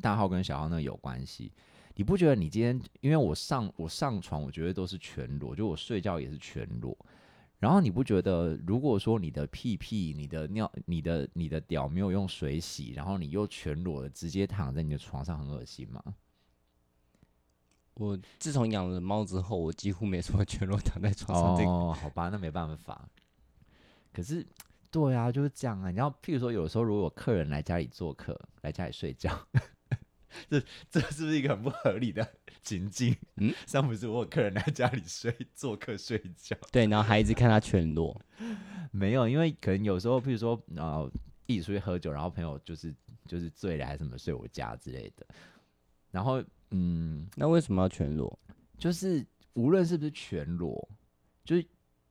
[SPEAKER 2] 大号跟小号那个有关系。你不觉得你今天因为我上我上床，我觉得都是全裸，就我睡觉也是全裸。然后你不觉得，如果说你的屁屁、你的尿、你的、你的屌没有用水洗，然后你又全裸的直接躺在你的床上，很恶心吗？
[SPEAKER 1] 我自从养了猫之后，我几乎没什么全裸躺在床上这个。
[SPEAKER 2] 哦，好吧，那没办法。可是，对啊，就是这样啊。你要譬如说，有时候如果有客人来家里做客，来家里睡觉， 这这是不是一个很不合理的情境？
[SPEAKER 1] 嗯，
[SPEAKER 2] 上不是我有客人来家里睡做客睡觉，
[SPEAKER 1] 对，然后还一直看他全裸，
[SPEAKER 2] 没有，因为可能有时候，譬如说呃，一起出去喝酒，然后朋友就是就是醉了还是什么睡我家之类的，然后嗯，
[SPEAKER 1] 那为什么要全裸？
[SPEAKER 2] 就是无论是不是全裸，就是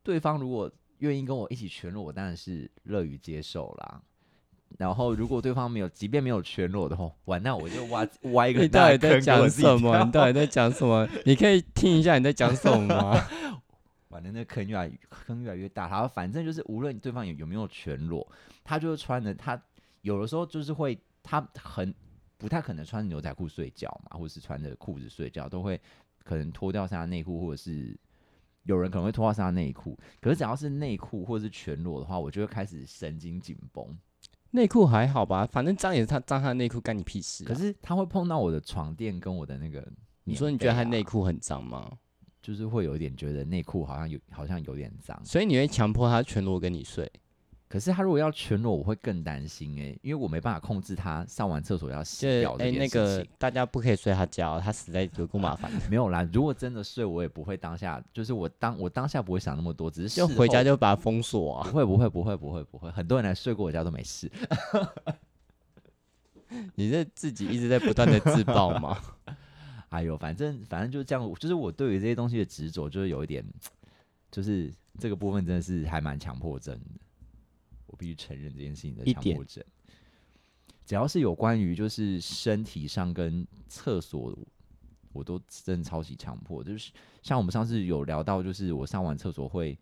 [SPEAKER 2] 对方如果愿意跟我一起全裸，我当然是乐于接受啦。然后如果对方没有，即便没有全裸的话，完蛋我就挖 挖一个
[SPEAKER 1] 你
[SPEAKER 2] 很
[SPEAKER 1] 到
[SPEAKER 2] 大
[SPEAKER 1] 底
[SPEAKER 2] 的
[SPEAKER 1] 在
[SPEAKER 2] 坑给我
[SPEAKER 1] 讲
[SPEAKER 2] 自己啊
[SPEAKER 1] 什么？
[SPEAKER 2] 跳
[SPEAKER 1] 你到底在讲什么？你可以听一下你在讲什么吗？
[SPEAKER 2] 完了，那坑越来坑越来越大。然后反正就是，无论对方有有没有全裸，他就是穿的，他有的时候就是会，他很不太可能穿牛仔裤睡觉嘛，或者是穿着裤子睡觉，都会可能脱掉下内裤，或者是有人可能会脱掉下内裤。可是只要是内裤或者是全裸的话，我就会开始神经紧绷。
[SPEAKER 1] 内裤还好吧，反正脏也是他脏他的内裤，干你屁事啊、
[SPEAKER 2] 可是他会碰到我的床垫跟我的那个、啊
[SPEAKER 1] 你啊说你觉得他内？裤很脏吗？
[SPEAKER 2] 就是会有一点觉得内裤好像有好像有点脏，
[SPEAKER 1] 所以你会强迫他全裸跟你睡？
[SPEAKER 2] 可是他如果要全裸，我会更担心哎、因为我没办法控制他上完厕所要洗
[SPEAKER 1] 就是
[SPEAKER 2] 掉
[SPEAKER 1] 哎、
[SPEAKER 2] 这件
[SPEAKER 1] 那
[SPEAKER 2] 事情。
[SPEAKER 1] 个 大家不可以睡他家、哦，他实在有够麻 烦的，
[SPEAKER 2] 没有啦，如果真的睡，我也不会当下，就是我当我当下不会想那么多，只是
[SPEAKER 1] 就
[SPEAKER 2] 事
[SPEAKER 1] 回家
[SPEAKER 2] 后
[SPEAKER 1] 就把他封锁啊
[SPEAKER 2] 不。会不会不会不会不会，很多人来睡过我家都没事。
[SPEAKER 1] 你这自己一直在不断的自爆嘛？
[SPEAKER 2] 哎呦，反正反正就是这样，就是我对于这些东西的执着，就是有一点，就是这个部分真的是还蛮强迫症的。我必须承认这件事情的
[SPEAKER 1] 一
[SPEAKER 2] 强
[SPEAKER 1] 点
[SPEAKER 2] 迫症。只要是有关于就是身体上跟厕所，我都真的超级强迫。就是像我们上次有聊到，就是我上完厕所会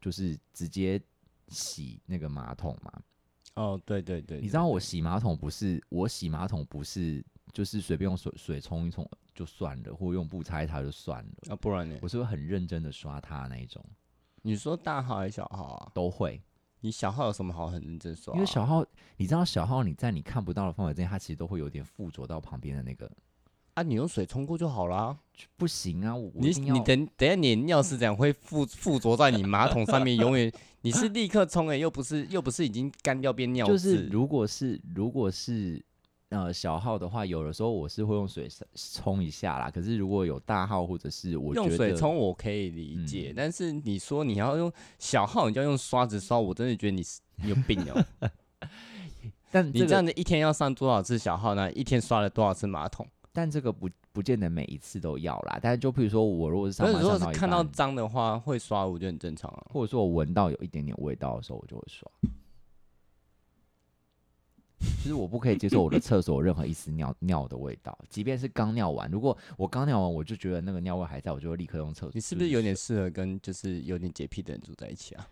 [SPEAKER 2] 就是直接洗那个马桶嘛，
[SPEAKER 1] 哦，对对对
[SPEAKER 2] 你知道我洗马桶不是我洗马桶不是就是随便用水水冲一冲就算了，或用布擦一擦就算了，
[SPEAKER 1] 啊，不然呢？
[SPEAKER 2] 我是会很认真的刷它那一种，
[SPEAKER 1] 你说大号还是小号啊？
[SPEAKER 2] 都会。
[SPEAKER 1] 你小号有什么好很认真说、啊？
[SPEAKER 2] 因为小号，你知道小号你在你看不到的范围之内，它其实都会有点附着到旁边的那个，
[SPEAKER 1] 啊，你用水冲过就好啦。
[SPEAKER 2] 就不行啊，我我
[SPEAKER 1] 你
[SPEAKER 2] 一定要
[SPEAKER 1] 你等等一下，你的尿是怎样会附 附着在你马桶上面， 永远你是立刻冲欸诶、又不是又不是已经干掉变尿
[SPEAKER 2] 就是
[SPEAKER 1] 渍。
[SPEAKER 2] 如果是如果是呃小号的话，有的时候我是会用水冲一下啦，可是如果有大号或者是我
[SPEAKER 1] 用
[SPEAKER 2] 觉
[SPEAKER 1] 水
[SPEAKER 2] 得
[SPEAKER 1] 冲我可以理解，
[SPEAKER 2] 嗯
[SPEAKER 1] 但是你说你要用小号，你就要用刷子刷，我真的觉得你是你有病 哦、
[SPEAKER 2] 但
[SPEAKER 1] 你
[SPEAKER 2] 这
[SPEAKER 1] 这
[SPEAKER 2] 个
[SPEAKER 1] 样的一天要上多少次小号呢？一天刷了多少次马桶？
[SPEAKER 2] 但这个不不见得每一次都要啦。但是就譬如说我如果是上
[SPEAKER 1] 所以
[SPEAKER 2] 班
[SPEAKER 1] 如果
[SPEAKER 2] 上
[SPEAKER 1] 是
[SPEAKER 2] 到一
[SPEAKER 1] 看到
[SPEAKER 2] 半，
[SPEAKER 1] 脏的话会刷，我觉得很正常啊。
[SPEAKER 2] 或者说我闻到有一点点味道的时候，我就会刷。就是我不可以接受我的厕所有任何一丝尿尿的味道，即便是刚尿完，如果我刚尿完我就觉得那个尿味还在，我就会立刻用厕所。
[SPEAKER 1] 你是不是有点
[SPEAKER 2] 就
[SPEAKER 1] 适合跟就是有点洁癖的人住在一起啊？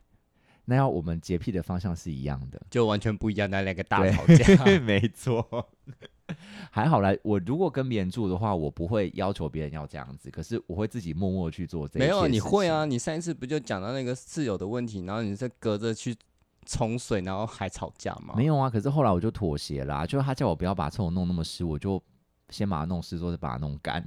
[SPEAKER 2] 那要我们洁癖的方向是一样 的？
[SPEAKER 1] 就完全不一样，那两个大
[SPEAKER 2] 对
[SPEAKER 1] 吵架。
[SPEAKER 2] 没错。 还好啦，我如果跟别人住的话，我不会要求别人要这样子，可是我会自己默默去做这一
[SPEAKER 1] 没有，
[SPEAKER 2] 切
[SPEAKER 1] 你
[SPEAKER 2] 事
[SPEAKER 1] 会
[SPEAKER 2] 情
[SPEAKER 1] 啊？你上一次不就讲到那个室友的问题，然后你是隔着去冲水，然后还吵架吗？
[SPEAKER 2] 没
[SPEAKER 1] 有，
[SPEAKER 2] 有啊，可是后来我就妥协啦、就是他叫我不要把厕所弄那么湿，我就先把它弄湿，之后再把它弄干。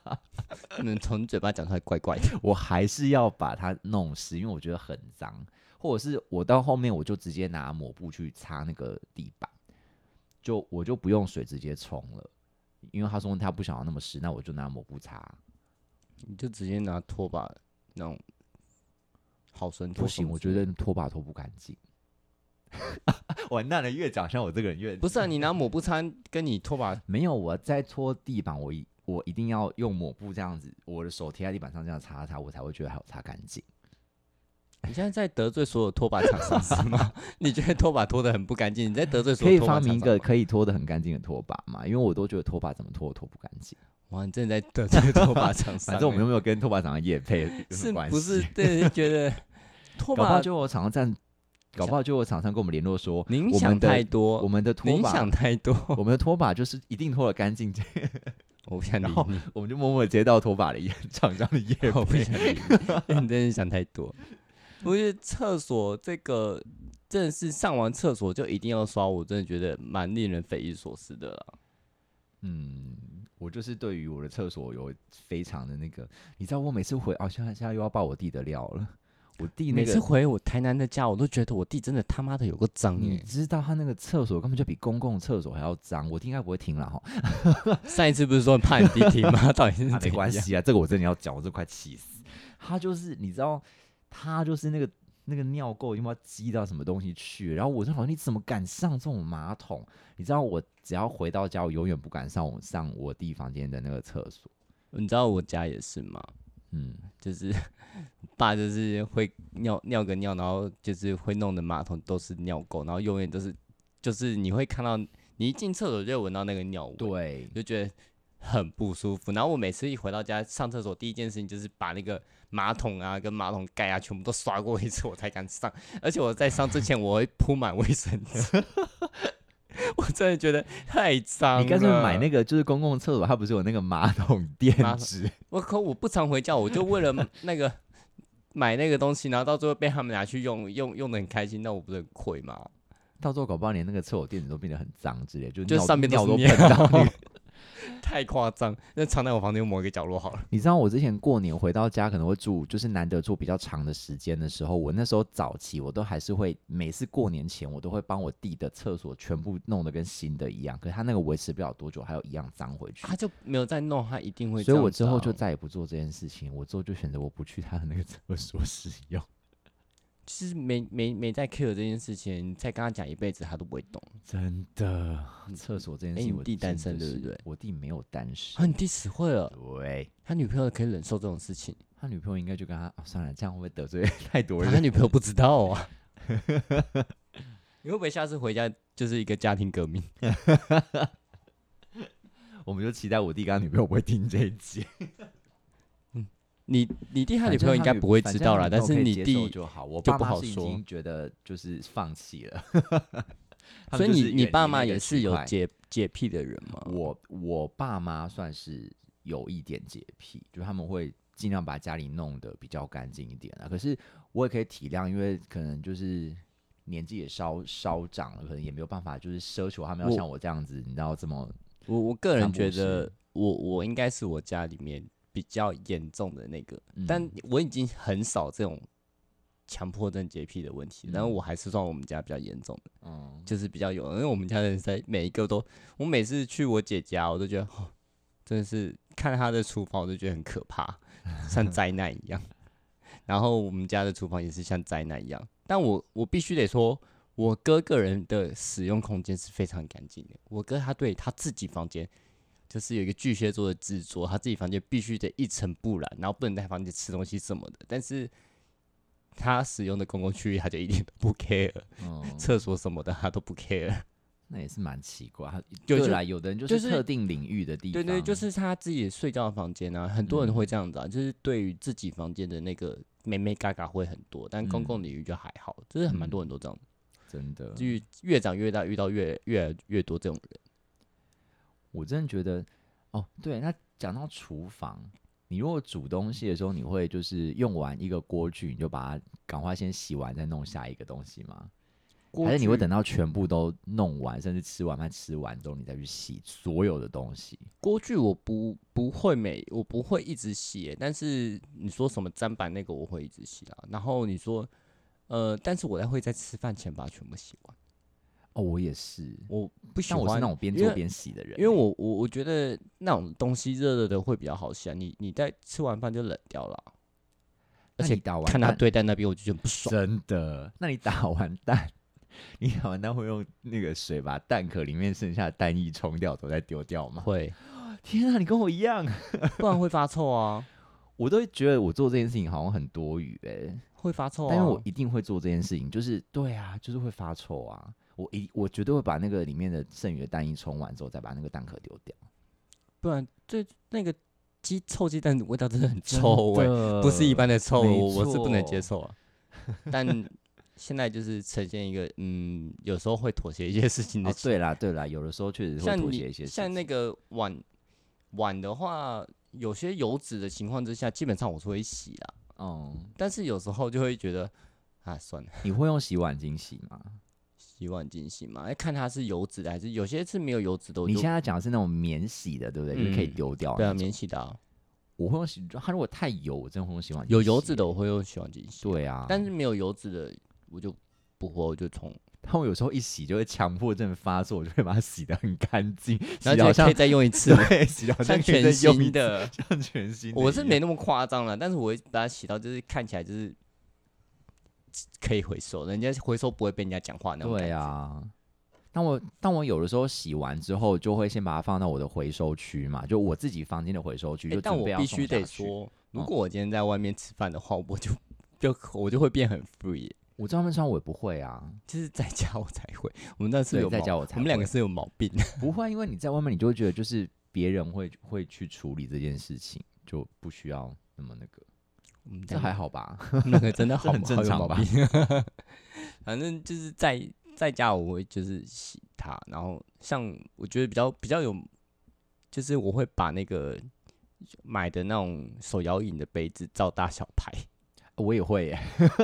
[SPEAKER 1] 能从嘴巴讲出来怪怪的。
[SPEAKER 2] 我还是要把它弄湿，因为我觉得很脏，或者是我到后面我就直接拿抹布去擦那个地板，就我就不用水直接冲了，因为他说他不想要那么湿，那我就拿抹布擦。
[SPEAKER 1] 你就直接拿拖把那种好生拖
[SPEAKER 2] 不
[SPEAKER 1] 什么之类的，
[SPEAKER 2] 行，我觉得拖把拖不干净。 完蛋了，越讲像我这个人越
[SPEAKER 1] 不是啊。你拿抹布擦跟你拖把
[SPEAKER 2] 没有，我在拖地板，我一我一定要用抹布这样子，我的手贴在地板上这样擦擦，我才会觉得还有擦干净。
[SPEAKER 1] 你现在在得罪所有拖把厂商是吗？ 你觉得拖把拖得很不干净，你在得罪所
[SPEAKER 2] 可
[SPEAKER 1] 有
[SPEAKER 2] 以
[SPEAKER 1] 拖把
[SPEAKER 2] 发
[SPEAKER 1] 厂商
[SPEAKER 2] 明一个
[SPEAKER 1] 吗
[SPEAKER 2] 可以拖得很干净的拖把嘛？因为我都觉得拖把怎么拖都拖不干净。
[SPEAKER 1] 哇，你真的在得罪拖把厂商欸。
[SPEAKER 2] 反正我们又没有跟拖把厂的业配有什
[SPEAKER 1] 是
[SPEAKER 2] 么关系，
[SPEAKER 1] 不 是？ 对，觉得拖
[SPEAKER 2] 搞不好
[SPEAKER 1] 把
[SPEAKER 2] 就有厂商站，搞不好就有厂商跟我们联络说，
[SPEAKER 1] 您
[SPEAKER 2] 我
[SPEAKER 1] 想
[SPEAKER 2] 们
[SPEAKER 1] 太
[SPEAKER 2] 的
[SPEAKER 1] 多
[SPEAKER 2] 我，们的拖
[SPEAKER 1] 您
[SPEAKER 2] 把
[SPEAKER 1] 想，太多，
[SPEAKER 2] 我们的拖把就是一定拖得干净，
[SPEAKER 1] 我不想理
[SPEAKER 2] 然后
[SPEAKER 1] 你，
[SPEAKER 2] 我们就默默地接到拖把的业厂商的业
[SPEAKER 1] 我不
[SPEAKER 2] 配。
[SPEAKER 1] 想理 你，你真的想太多。我觉得厕所这个真的是上完厕所就一定要刷，我真的觉得蛮令人匪夷所思的啦。
[SPEAKER 2] 嗯，我就是对于我的厕所有非常的那个，你知道我每次回哦，现在现在又要爆我弟的料了。我弟那
[SPEAKER 1] 每次
[SPEAKER 2] 个，
[SPEAKER 1] 回我台南的家，我都觉得我弟真的他妈的有个脏
[SPEAKER 2] 你
[SPEAKER 1] 耶！
[SPEAKER 2] 知道他那个厕所根本就比公共厕所还要脏，我弟应该不会听了哈。
[SPEAKER 1] 上一次不是说你怕你弟听吗？到底 是
[SPEAKER 2] 啊，
[SPEAKER 1] 怎
[SPEAKER 2] 没关
[SPEAKER 1] 样？
[SPEAKER 2] 系啊，这个我真的要讲，我这快气死。他就是你知道，他就是那个那个尿垢，因为积到什么东西去了。然后我就好像你怎么敢上这种马桶？你知道我只要回到家，我永远不敢上我上我弟房间的那个厕所。
[SPEAKER 1] 你知道我家也是吗？
[SPEAKER 2] 嗯，
[SPEAKER 1] 就是 爸就是会尿尿个尿，然后就是会弄的马桶都是尿垢，然后永远都是就是你会看到你一进厕所就会闻到那个尿味，
[SPEAKER 2] 对，
[SPEAKER 1] 就觉得很不舒服。然后我每次一回到家上厕所，第一件事情就是把那个马桶啊跟马桶盖啊全部都刷过一次，我才敢上。而且我在上之前，我会铺满卫生纸。 我真的觉得太脏了。
[SPEAKER 2] 你干脆买那个就是公共厕所，它不是有那个 马桶垫
[SPEAKER 1] 马桶
[SPEAKER 2] 纸？
[SPEAKER 1] 我靠！我不常回家，我就为了那个买那个东西，然后到最后被他们拿去用，用用的很开心，那我不是很亏吗？
[SPEAKER 2] 到时候搞不好连那个厕所垫子都变得很脏之类，就
[SPEAKER 1] 就
[SPEAKER 2] 尿
[SPEAKER 1] 上面
[SPEAKER 2] 尿
[SPEAKER 1] 都
[SPEAKER 2] 都
[SPEAKER 1] 是
[SPEAKER 2] 喷到你
[SPEAKER 1] 尿太夸张，那藏在我房间某一个角落好了。
[SPEAKER 2] 你知道我之前过年回到家可能会住，就是难得住比较长的时间的时候，我那时候早期我都还是会每次过年前我都会帮我弟的厕所全部弄得跟新的一样，可是他那个维持不了多久，还有一样脏回去
[SPEAKER 1] 他。啊就没有再弄，他一定会这
[SPEAKER 2] 所以
[SPEAKER 1] 样子啊。
[SPEAKER 2] 我之后就再也不做这件事情，我之后就选择我不去他的那个厕所使用，
[SPEAKER 1] 就是没没没在 care 这件事情，你再跟他讲一辈子，他都不会懂。
[SPEAKER 2] 真的。厕所这件事
[SPEAKER 1] 哎
[SPEAKER 2] 情
[SPEAKER 1] 你
[SPEAKER 2] 我，
[SPEAKER 1] 弟单身对不对？
[SPEAKER 2] 我弟没有单
[SPEAKER 1] 啊，
[SPEAKER 2] 身，
[SPEAKER 1] 你弟死会了，
[SPEAKER 2] 对，
[SPEAKER 1] 他女朋友可以忍受这种事情，
[SPEAKER 2] 他女朋友应该就跟他哦，算了，这样会不会得罪太多
[SPEAKER 1] 他
[SPEAKER 2] 人？
[SPEAKER 1] 女朋友不知道 啊。你会不会下次回家就是一个家庭革命？
[SPEAKER 2] 我们就期待我弟跟他女朋友不会听这一集。
[SPEAKER 1] 你你 弟他女朋友应该不会知道啦，
[SPEAKER 2] 反正
[SPEAKER 1] 但
[SPEAKER 2] 他
[SPEAKER 1] 是你
[SPEAKER 2] 女朋友可以接受
[SPEAKER 1] 弟
[SPEAKER 2] 就好，我
[SPEAKER 1] 就
[SPEAKER 2] 爸
[SPEAKER 1] 不
[SPEAKER 2] 妈
[SPEAKER 1] 好
[SPEAKER 2] 是已
[SPEAKER 1] 说
[SPEAKER 2] 经觉得就是放弃了。 他
[SPEAKER 1] 所
[SPEAKER 2] 们
[SPEAKER 1] 以
[SPEAKER 2] 就是
[SPEAKER 1] 你你
[SPEAKER 2] 远
[SPEAKER 1] 爸
[SPEAKER 2] 离
[SPEAKER 1] 妈
[SPEAKER 2] 那个
[SPEAKER 1] 也
[SPEAKER 2] 区
[SPEAKER 1] 是有
[SPEAKER 2] 块
[SPEAKER 1] 洁洁癖的人吗？
[SPEAKER 2] 我我爸妈算是有一点洁癖，就他们会尽量把家里弄得比较干净一点啊。可是我也可以体谅，因为可能就是年纪也稍稍长了，可能也没有办法就是奢求他们要
[SPEAKER 1] 我
[SPEAKER 2] 像我这样子，你知道这么
[SPEAKER 1] 我我个
[SPEAKER 2] 散
[SPEAKER 1] 人
[SPEAKER 2] 步
[SPEAKER 1] 觉
[SPEAKER 2] 是
[SPEAKER 1] 得我我应该是我家里面比较严重的那个，但
[SPEAKER 2] 嗯
[SPEAKER 1] 我已经很少这种强迫症洁癖的问题，然后
[SPEAKER 2] 嗯
[SPEAKER 1] 我还是算我们家比较严重的，
[SPEAKER 2] 嗯
[SPEAKER 1] 就是比较有，因为我们家的人在每一个都，我每次去我姐家，我都觉得哦，真的是看她的厨房，我就觉得很可怕，像灾难一样。 然后我们家的厨房也是像灾难一样，但我我必须得说，我哥个人的使用空间是非常干净的。我哥他对他自己房间，就是有一个巨蟹座的执着，他自己房间必须得一尘不染，然后不能在房间吃东西什么的。但是他使用的公共区域，他就一点都不 care，
[SPEAKER 2] 嗯，
[SPEAKER 1] 厕所什么的他都不 care。
[SPEAKER 2] 那也是蛮奇怪。他
[SPEAKER 1] 有
[SPEAKER 2] 对
[SPEAKER 1] 就
[SPEAKER 2] 啦，有的人就
[SPEAKER 1] 就是是
[SPEAKER 2] 特定领域的地
[SPEAKER 1] 对
[SPEAKER 2] 方，
[SPEAKER 1] 对，就是他自己睡觉的房间啊，很
[SPEAKER 2] 嗯
[SPEAKER 1] 多人会这样子啊，就是对于自己房间的那个美美嘎嘎会很多，但
[SPEAKER 2] 嗯
[SPEAKER 1] 公共领域就还好，就是很蛮多人都这样。
[SPEAKER 2] 真的
[SPEAKER 1] 就越长越大，遇到越越来越多这种人。
[SPEAKER 2] 我真的觉得，哦，对，那讲到厨房，你如果煮东西的时候，你会就是用完一个锅具，你就把它赶快先洗完，再弄下一个东西吗？还是你会等到全部都弄完，甚至吃完饭吃完之后，你再去洗所有的东西？
[SPEAKER 1] 锅具？我不不会每我不会一直洗耶，但是你说什么砧板那个我会一直洗啦。然后你说，呃，但是我在会在吃饭前把它全部洗完。
[SPEAKER 2] 哦，我也是，
[SPEAKER 1] 我不喜
[SPEAKER 2] 但
[SPEAKER 1] 欢
[SPEAKER 2] 我是那种边
[SPEAKER 1] 因
[SPEAKER 2] 做
[SPEAKER 1] 为
[SPEAKER 2] 边洗的人
[SPEAKER 1] 因
[SPEAKER 2] 欸，
[SPEAKER 1] 为我我我觉得那种东西热热的会比较好洗啊，你你在吃完饭就冷掉了啊，
[SPEAKER 2] 那
[SPEAKER 1] 而且
[SPEAKER 2] 你打完
[SPEAKER 1] 看啊它
[SPEAKER 2] 蛋
[SPEAKER 1] 堆 在那边我就觉得不爽。
[SPEAKER 2] 真的，那你打完蛋，你打完蛋会用那个水把蛋壳里面剩下的蛋液冲掉，之后再丢掉吗？
[SPEAKER 1] 会，
[SPEAKER 2] 天啊，你跟我一样。
[SPEAKER 1] 不然会发臭啊，
[SPEAKER 2] 我都会觉得我做这件事情好像很多余哎、
[SPEAKER 1] 会发臭啊。
[SPEAKER 2] 但是我一定会做这件事情，就是对啊，就是会发臭啊，我一我绝对会把那个里面的剩余的蛋液冲完之后，再把那个蛋壳丢掉。
[SPEAKER 1] 不然这那个鸡臭鸡蛋的味道真的很臭味、
[SPEAKER 2] 味
[SPEAKER 1] 不是一般的臭，
[SPEAKER 2] 没
[SPEAKER 1] 我我是不能接
[SPEAKER 2] 错
[SPEAKER 1] 受 啊。但现在就是呈现一个，嗯，有时候会妥协一些事情的
[SPEAKER 2] 哦，
[SPEAKER 1] 情、
[SPEAKER 2] 对啦对啦，有的时候确实会
[SPEAKER 1] 像
[SPEAKER 2] 妥协一些
[SPEAKER 1] 你
[SPEAKER 2] 事
[SPEAKER 1] 像那
[SPEAKER 2] 情
[SPEAKER 1] 个碗碗的话，有些油脂的情况之下，基本上我是会洗啦，
[SPEAKER 2] 嗯，
[SPEAKER 1] 但是有时候就会觉得啊，算了，
[SPEAKER 2] 你会用洗碗巾洗吗？
[SPEAKER 1] 洗碗巾洗嘛，哎，看它是油脂的还是有些是没有油脂的，我
[SPEAKER 2] 你
[SPEAKER 1] 就
[SPEAKER 2] 现在讲的是那种免洗的，对不对？就是可以
[SPEAKER 1] 嗯
[SPEAKER 2] 丢掉
[SPEAKER 1] 对
[SPEAKER 2] 那
[SPEAKER 1] 啊，
[SPEAKER 2] 种。
[SPEAKER 1] 免洗的啊、
[SPEAKER 2] 我会用洗，它如果太油，我真的会用洗碗机。
[SPEAKER 1] 有油脂的，我会用洗碗机洗，
[SPEAKER 2] 对啊，
[SPEAKER 1] 但是没有油脂的我就不会，我就冲，
[SPEAKER 2] 但我有时候一洗就会强迫症发作，我就会把它洗得很干净，洗
[SPEAKER 1] 然
[SPEAKER 2] 得
[SPEAKER 1] 后就
[SPEAKER 2] 好
[SPEAKER 1] 可
[SPEAKER 2] 像
[SPEAKER 1] 以再用一次，
[SPEAKER 2] 对，洗得好
[SPEAKER 1] 像
[SPEAKER 2] 可以
[SPEAKER 1] 全
[SPEAKER 2] 再用一
[SPEAKER 1] 新
[SPEAKER 2] 次，
[SPEAKER 1] 的。
[SPEAKER 2] 像全新的一样。
[SPEAKER 1] 我是没那么夸张了，但是我会把它洗到就是看起来就是可以回收，人家回收不会被人家讲话那种感
[SPEAKER 2] 对
[SPEAKER 1] 觉。
[SPEAKER 2] 啊，当我当我有的时候洗完之后，就会先把它放到我的回收区嘛，就我自己房间的回收区，
[SPEAKER 1] 欸
[SPEAKER 2] 就
[SPEAKER 1] 但
[SPEAKER 2] 准
[SPEAKER 1] 我
[SPEAKER 2] 备要
[SPEAKER 1] 必
[SPEAKER 2] 送
[SPEAKER 1] 须
[SPEAKER 2] 下
[SPEAKER 1] 得
[SPEAKER 2] 去，
[SPEAKER 1] 说，
[SPEAKER 2] 嗯
[SPEAKER 1] 如果我今天在外面吃饭的话，我就就我就会变很 free，
[SPEAKER 2] 我在外面穿我也不会啊，
[SPEAKER 1] 就是在家我才会。我们那是
[SPEAKER 2] 对，
[SPEAKER 1] 有
[SPEAKER 2] 在
[SPEAKER 1] 毛
[SPEAKER 2] 家我才
[SPEAKER 1] 我们两个
[SPEAKER 2] 会
[SPEAKER 1] 是有毛病。
[SPEAKER 2] 不会，因为你在外面，你就会觉得就是别人会会去处理这件事情，就不需要那么那个，
[SPEAKER 1] 我们
[SPEAKER 2] 这
[SPEAKER 1] 两个
[SPEAKER 2] 还好吧？
[SPEAKER 1] 那个真的好
[SPEAKER 2] 很正
[SPEAKER 1] 好有
[SPEAKER 2] 常
[SPEAKER 1] 毛
[SPEAKER 2] 吧
[SPEAKER 1] 病 反正就是在在家我会就是洗它，然后像我觉得比较比较有，就是我会把那个买的那种手摇饮的杯子照大小排。
[SPEAKER 2] 我也会耶，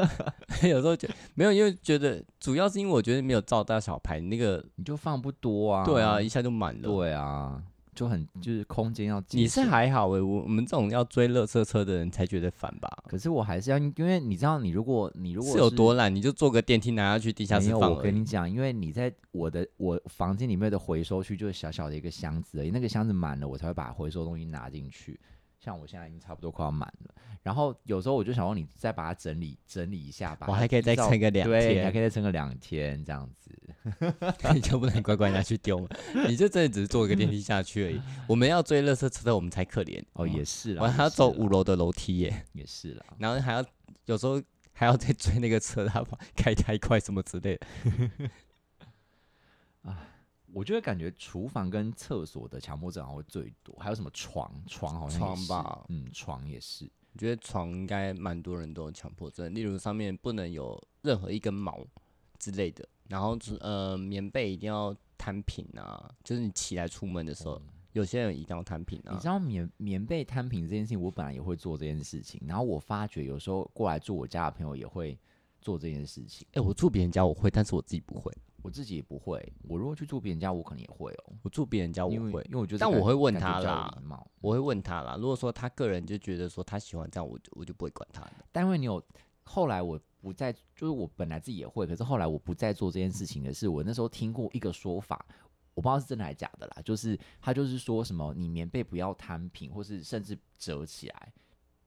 [SPEAKER 1] 有时候觉得没有，因为觉得主要是因为我觉得没有照大小排，那个
[SPEAKER 2] 你就放不多啊，
[SPEAKER 1] 对啊，一下就满了。
[SPEAKER 2] 对啊，就很就是空间要节
[SPEAKER 1] 你是
[SPEAKER 2] 省
[SPEAKER 1] 还好诶、我我们这种要追垃圾车的人才觉得烦吧？
[SPEAKER 2] 可是我还是要，因为你知道，你如果你如果
[SPEAKER 1] 是有多懒，你就坐个电梯拿下去地下
[SPEAKER 2] 没
[SPEAKER 1] 室
[SPEAKER 2] 有，
[SPEAKER 1] 放
[SPEAKER 2] 我
[SPEAKER 1] 而
[SPEAKER 2] 跟
[SPEAKER 1] 已。
[SPEAKER 2] 你讲，因为你在我的我房间里面的回收区就是小小的一个箱子而已，那个箱子满了，我才会把回收东西拿进去。像我现在已经差不多快要满了，然后有时候我就想说，你再把它整理整理一下吧。
[SPEAKER 1] 我还可以再
[SPEAKER 2] 依照
[SPEAKER 1] 撑个两
[SPEAKER 2] 对，你还
[SPEAKER 1] 天
[SPEAKER 2] 可，以再撑个两天这样子。
[SPEAKER 1] 你 就不能乖乖拿去丢吗？你就真的只是坐个电梯下去而已。我们要追垃圾车的，我们才可怜
[SPEAKER 2] 哦，也
[SPEAKER 1] 也，
[SPEAKER 2] 是啦，
[SPEAKER 1] 我还要
[SPEAKER 2] 也是
[SPEAKER 1] 走
[SPEAKER 2] 啦
[SPEAKER 1] 五楼的楼梯耶，
[SPEAKER 2] 也是啦。
[SPEAKER 1] 然后还要有时候还要再追那个车，它怕开太快什么之类的。
[SPEAKER 2] 我就会感觉厨房跟厕所的强迫症好像会最多，还有什么床床好像也
[SPEAKER 1] 床
[SPEAKER 2] 是
[SPEAKER 1] 吧
[SPEAKER 2] 嗯，床也是。
[SPEAKER 1] 我觉得床应该蛮多人都有强迫症，例如上面不能有任何一根毛之类的，然后是呃棉被一定要摊平啊，就是你起来出门的时候，有些人一定要摊平
[SPEAKER 2] 你
[SPEAKER 1] 啊
[SPEAKER 2] 知。道棉棉被摊平这件事情，我本来也会做这件事情，然后我发觉有时候过来住我家的朋友也会做这件事情，
[SPEAKER 1] 哎、我住别人家我会，但是我自己不会。
[SPEAKER 2] 我自己也不会。我如果去住别人家，我可能也会哦、
[SPEAKER 1] 我住别人家啊我
[SPEAKER 2] 因为
[SPEAKER 1] 会，
[SPEAKER 2] 因为我觉得，
[SPEAKER 1] 但我会问他
[SPEAKER 2] 感觉比较有
[SPEAKER 1] 啦
[SPEAKER 2] 礼貌。
[SPEAKER 1] 我会问他啦。如果说他个人就觉得说他喜欢这样，我就我就不会管他了。
[SPEAKER 2] 但因为你有后来我不再，就是我本来自己也会，可是后来我不再做这件事情的是，我那时候听过一个说法。我不知道是真的还是假的啦，就是他就是说什么你棉被不要摊平，或是甚至折起来。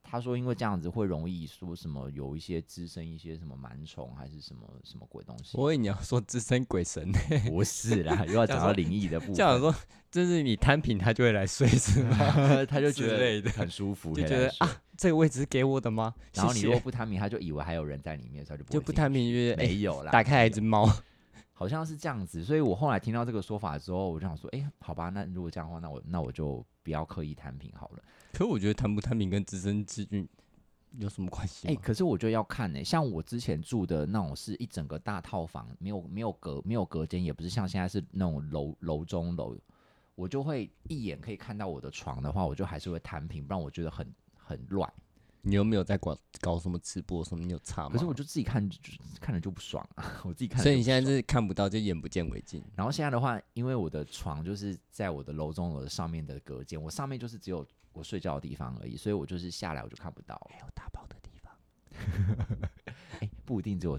[SPEAKER 2] 他说因为这样子会容易说什么有一些滋生一些什么螨虫还是什么什么鬼东西。
[SPEAKER 1] 以为你要说资深鬼神呢、
[SPEAKER 2] 不是啦，又要讲到灵异的部分，
[SPEAKER 1] 这样说就是你摊平他就会来睡是吗？
[SPEAKER 2] 他就
[SPEAKER 1] 之
[SPEAKER 2] 觉
[SPEAKER 1] 类
[SPEAKER 2] 得
[SPEAKER 1] 的
[SPEAKER 2] 很舒服，
[SPEAKER 1] 就
[SPEAKER 2] 可以
[SPEAKER 1] 觉
[SPEAKER 2] 来
[SPEAKER 1] 得
[SPEAKER 2] 睡
[SPEAKER 1] 这个位置是给我的吗？
[SPEAKER 2] 然后
[SPEAKER 1] 谢
[SPEAKER 2] 你
[SPEAKER 1] 谢
[SPEAKER 2] 如果不摊平，他就以为还有人在里面，所以他就不
[SPEAKER 1] 就
[SPEAKER 2] 会
[SPEAKER 1] 不
[SPEAKER 2] 进
[SPEAKER 1] 摊平，就是
[SPEAKER 2] 去。
[SPEAKER 1] 哎、
[SPEAKER 2] 没有啦，
[SPEAKER 1] 打开
[SPEAKER 2] 没
[SPEAKER 1] 来一
[SPEAKER 2] 有
[SPEAKER 1] 只猫。
[SPEAKER 2] 好像是这样子，所以我后来听到这个说法之后，我就想说，哎、好吧，那如果这样的话，那我那我就不要刻意摊平好了。
[SPEAKER 1] 可我觉得摊不摊平跟资深治菌有什么关系
[SPEAKER 2] 哎、
[SPEAKER 1] 吗？
[SPEAKER 2] 可是我觉得要看呢、像我之前住的那种是一整个大套房，没有没有隔没有隔间，也不是像现在是那种楼楼中楼，我就会一眼可以看到我的床的话，我就还是会摊平，不然我觉得很很乱。
[SPEAKER 1] 你又没有在搞搞什么直播什么，你有差吗
[SPEAKER 2] 可是？我就自己看就是看着就不爽啊， 我自己看着就不爽。
[SPEAKER 1] 所以你现在是看不到，就眼不见为净。
[SPEAKER 2] 然后现在的话，因为我的床就是在我的楼中楼上面的隔间，我上面就是只有我睡觉的地方而已，所以我就是下来我就看不到了。
[SPEAKER 1] 还有打包的地方。
[SPEAKER 2] 哎，不一定只有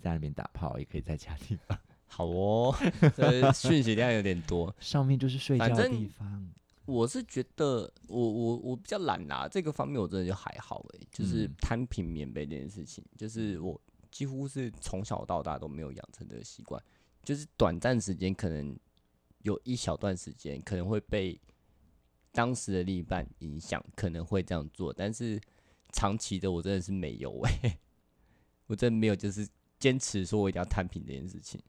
[SPEAKER 2] 在那边打炮， 也可以在家地方。
[SPEAKER 1] 好 哦，这讯息量有点多。
[SPEAKER 2] 上面就是睡觉
[SPEAKER 1] 反
[SPEAKER 2] 的
[SPEAKER 1] 正
[SPEAKER 2] 地方，
[SPEAKER 1] 我是觉得我我我比较懒啦，这个方面我真的就还好诶、就是
[SPEAKER 2] 嗯
[SPEAKER 1] 摊平棉被这件事情，就是我几乎是从小到大都没有养成这个习惯，就是短暂时间可能有一小段时间可能会被当时的另一半影响，可能会这样做，但是长期的我真的是没有诶、 我真的没有就是坚持说我一定要摊平这件事情。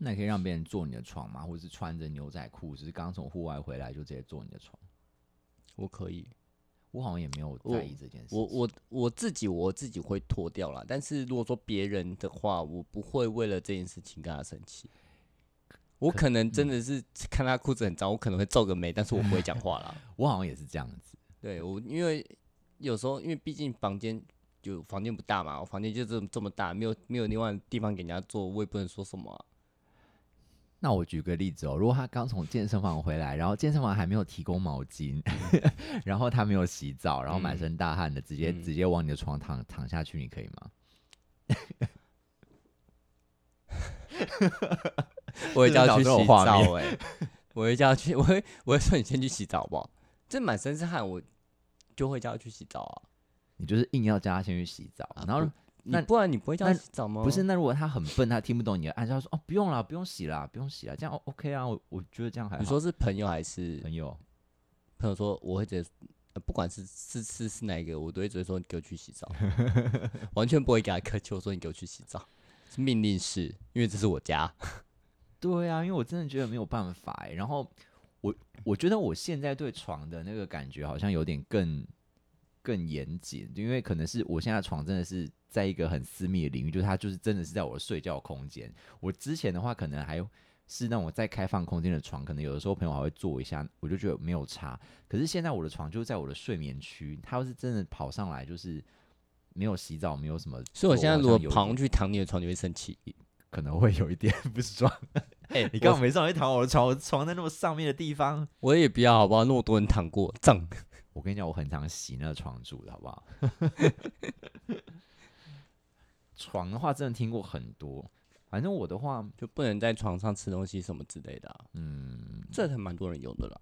[SPEAKER 2] 那你可以让别人坐你的床吗？或者是穿着牛仔裤，只是刚从户外回来就直接坐你的床？
[SPEAKER 1] 我可以，
[SPEAKER 2] 我好像也没有在意这件事情。
[SPEAKER 1] 我我我自己我自己会脱掉啦，但是如果说别人的话，我不会为了这件事情跟他生气。我可
[SPEAKER 2] 嗯
[SPEAKER 1] 能真的是 看他裤子很脏，我可能会皱个眉，但是我不会讲话 啦。
[SPEAKER 2] 我好像也是这样子。
[SPEAKER 1] 对我，因为有时候因为毕竟房间就房间不大嘛，我 房间就这么这么大，没有没有另外地方给人家坐，我也不能说什么啊、
[SPEAKER 2] 那我举个例子哦，如果他刚从健身房回来，然后健身房还没有提供毛巾， 然后他没有洗澡，然后满身大汗的，直接、
[SPEAKER 1] 嗯
[SPEAKER 2] 直接往你的床躺躺下去，你可以吗？
[SPEAKER 1] 我会叫他去
[SPEAKER 2] 这个脑中有
[SPEAKER 1] 洗
[SPEAKER 2] 画
[SPEAKER 1] 澡哎、我会叫他去，我会我会说你先去洗澡好不好？这满身是汗，我就会叫他去洗澡啊。
[SPEAKER 2] 你就是硬要叫他先去洗澡，
[SPEAKER 1] 啊
[SPEAKER 2] 然后那
[SPEAKER 1] 你不然你不会叫哦他
[SPEAKER 2] 那
[SPEAKER 1] 洗澡吗？
[SPEAKER 2] 不是，那如果他很笨，他听不懂你的，按照说哦，不用啦，不用洗啦，不用洗啦，这样 O OK 啊，我我觉得这样还好。
[SPEAKER 1] 你说是朋友还是
[SPEAKER 2] 朋友，
[SPEAKER 1] 朋友说我会直接，呃不管是是是是哪一个，我都会直接说你给我去洗 澡，完全不会给他苛求说你给我去洗澡，是命令式，因为这是我家。
[SPEAKER 2] 对啊，因为我真的觉得没有办法哎。然后我我觉得我现在对床的那个感觉好像有点更更严谨，因为可能是我现在的床真的是在一个很私密的领域，就是它就是真的是在我的睡觉空间。我之前的话可能还是那种在开放空间的床，可能有的时候朋友还会坐一下，我就觉得没有差。可是现在我的床就是在我的睡眠区，它要是真的跑上来就是。没有洗澡，没有什么做，
[SPEAKER 1] 所以我现在如果
[SPEAKER 2] 好像有一
[SPEAKER 1] 跑上
[SPEAKER 2] 点
[SPEAKER 1] 去躺你的床，你会生气。
[SPEAKER 2] 可能会有一点 不爽。
[SPEAKER 1] 哎、
[SPEAKER 2] 你刚
[SPEAKER 1] 我
[SPEAKER 2] 好没上去躺我的床，我床在那么上面的地方。
[SPEAKER 1] 我也不要好不好？那么多人躺过，脏。
[SPEAKER 2] 我跟你讲，我很常洗那个床褥的好不好？ 床的话，真的听过很多。反正我的话，
[SPEAKER 1] 就不能在床上吃东西什么之类的、嗯，这还蛮多人有的啦。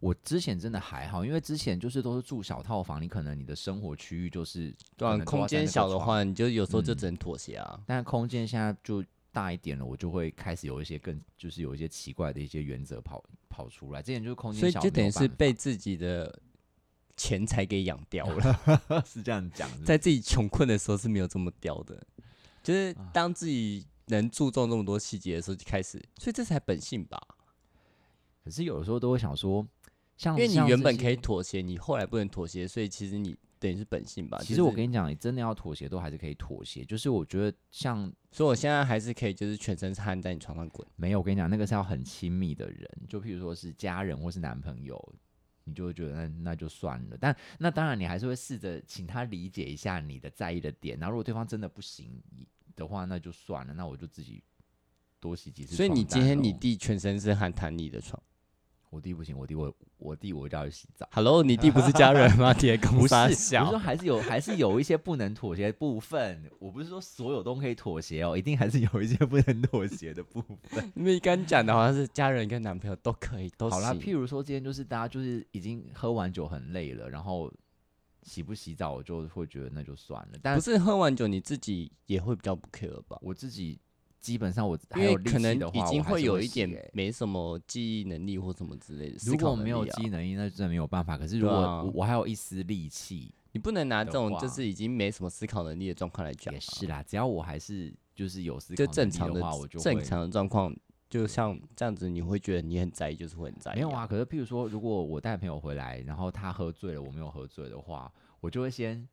[SPEAKER 2] 我之前真的还好，因为之前就是都是住小套房，你可能你的生活区域就是
[SPEAKER 1] 对啊
[SPEAKER 2] 可能都要
[SPEAKER 1] 空间
[SPEAKER 2] 在那个
[SPEAKER 1] 小的
[SPEAKER 2] 床
[SPEAKER 1] 话，你就有时候就
[SPEAKER 2] 嗯
[SPEAKER 1] 只能妥协啊。
[SPEAKER 2] 但空间现在就大一点了，我就会开始有一些更就是有一些奇怪的一些原则跑跑出来。之前就是空间
[SPEAKER 1] 所以
[SPEAKER 2] 小
[SPEAKER 1] 就等于
[SPEAKER 2] 没
[SPEAKER 1] 是
[SPEAKER 2] 有办
[SPEAKER 1] 被自己的钱财给养掉了，
[SPEAKER 2] 法 是这样讲，是不是
[SPEAKER 1] 在自己穷困的时候是没有这么屌的，就是
[SPEAKER 2] 啊
[SPEAKER 1] 当自己能注重这么多细节的时候，就开始，所以这才本性吧。
[SPEAKER 2] 可是有的时候都会想说，像
[SPEAKER 1] 因为你
[SPEAKER 2] 哦像
[SPEAKER 1] 原
[SPEAKER 2] 这
[SPEAKER 1] 本
[SPEAKER 2] 些
[SPEAKER 1] 可以妥协，你后来不能妥协，所以其实你等于是本性吧。
[SPEAKER 2] 其
[SPEAKER 1] 就
[SPEAKER 2] 实我
[SPEAKER 1] 是
[SPEAKER 2] 跟你讲，你真的要妥协，都还是可以妥协。就是我觉得像
[SPEAKER 1] 所以我现在还是可以，就是全身是汗在你床上滚。
[SPEAKER 2] 没有，我跟你讲，那个是要很亲密的人，就譬如说是家人或是男朋友，你就会觉得那那就算了。但那当然，你还是会试着请他理解一下你的在意的点。然后如果对方真的不行的话，那就算了，那我就自己多洗几次
[SPEAKER 1] 所
[SPEAKER 2] 床
[SPEAKER 1] 以
[SPEAKER 2] 单咯。
[SPEAKER 1] 你今天你弟全身是汗躺你的床
[SPEAKER 2] 我弟不行，我弟我我弟我就要去洗澡。
[SPEAKER 1] ，Hello，你弟不是家人吗？ 铁公
[SPEAKER 2] 不是，
[SPEAKER 1] 杀
[SPEAKER 2] 我是
[SPEAKER 1] 小
[SPEAKER 2] 说，还是有还是有一些不能妥协的部分。我不是说所有都可以妥协哦，一定还是有一些不能妥协的部分。
[SPEAKER 1] 因为刚讲的好像是家人跟男朋友都可以，都
[SPEAKER 2] 好啦，
[SPEAKER 1] 行
[SPEAKER 2] 譬如说今天就是大家就是已经喝完酒很累了，然后洗不洗澡，我就会觉得那就算了。但
[SPEAKER 1] 不是喝完酒你自己也会比较不 care 吧？
[SPEAKER 2] 我自己基本上我
[SPEAKER 1] 因为
[SPEAKER 2] 还有力
[SPEAKER 1] 可
[SPEAKER 2] 气
[SPEAKER 1] 能
[SPEAKER 2] 的
[SPEAKER 1] 已
[SPEAKER 2] 话，
[SPEAKER 1] 经
[SPEAKER 2] 我还是会
[SPEAKER 1] 有一
[SPEAKER 2] 洗
[SPEAKER 1] 点
[SPEAKER 2] 欸
[SPEAKER 1] 没什么记忆能力或什么之类的。思
[SPEAKER 2] 如
[SPEAKER 1] 考
[SPEAKER 2] 果
[SPEAKER 1] 能
[SPEAKER 2] 没有
[SPEAKER 1] 力啊
[SPEAKER 2] 记忆能力，那就真的没有办法。可是如
[SPEAKER 1] 对
[SPEAKER 2] 果
[SPEAKER 1] 啊
[SPEAKER 2] 我我还有一丝力气，
[SPEAKER 1] 你不能拿
[SPEAKER 2] 的
[SPEAKER 1] 这种就
[SPEAKER 2] 话
[SPEAKER 1] 是已经没什么思考能力的状况来讲、啊
[SPEAKER 2] 也，是啦，只要我还是就是有思考
[SPEAKER 1] 就正
[SPEAKER 2] 能力
[SPEAKER 1] 常
[SPEAKER 2] 的话，我就
[SPEAKER 1] 正
[SPEAKER 2] 会
[SPEAKER 1] 常的状况，就像这样子，你会觉得你很在意，就是会很在意、
[SPEAKER 2] 没有啊，，可是譬如说，如果我带朋友回来，然后他喝醉了，我没有喝醉的话，我就会先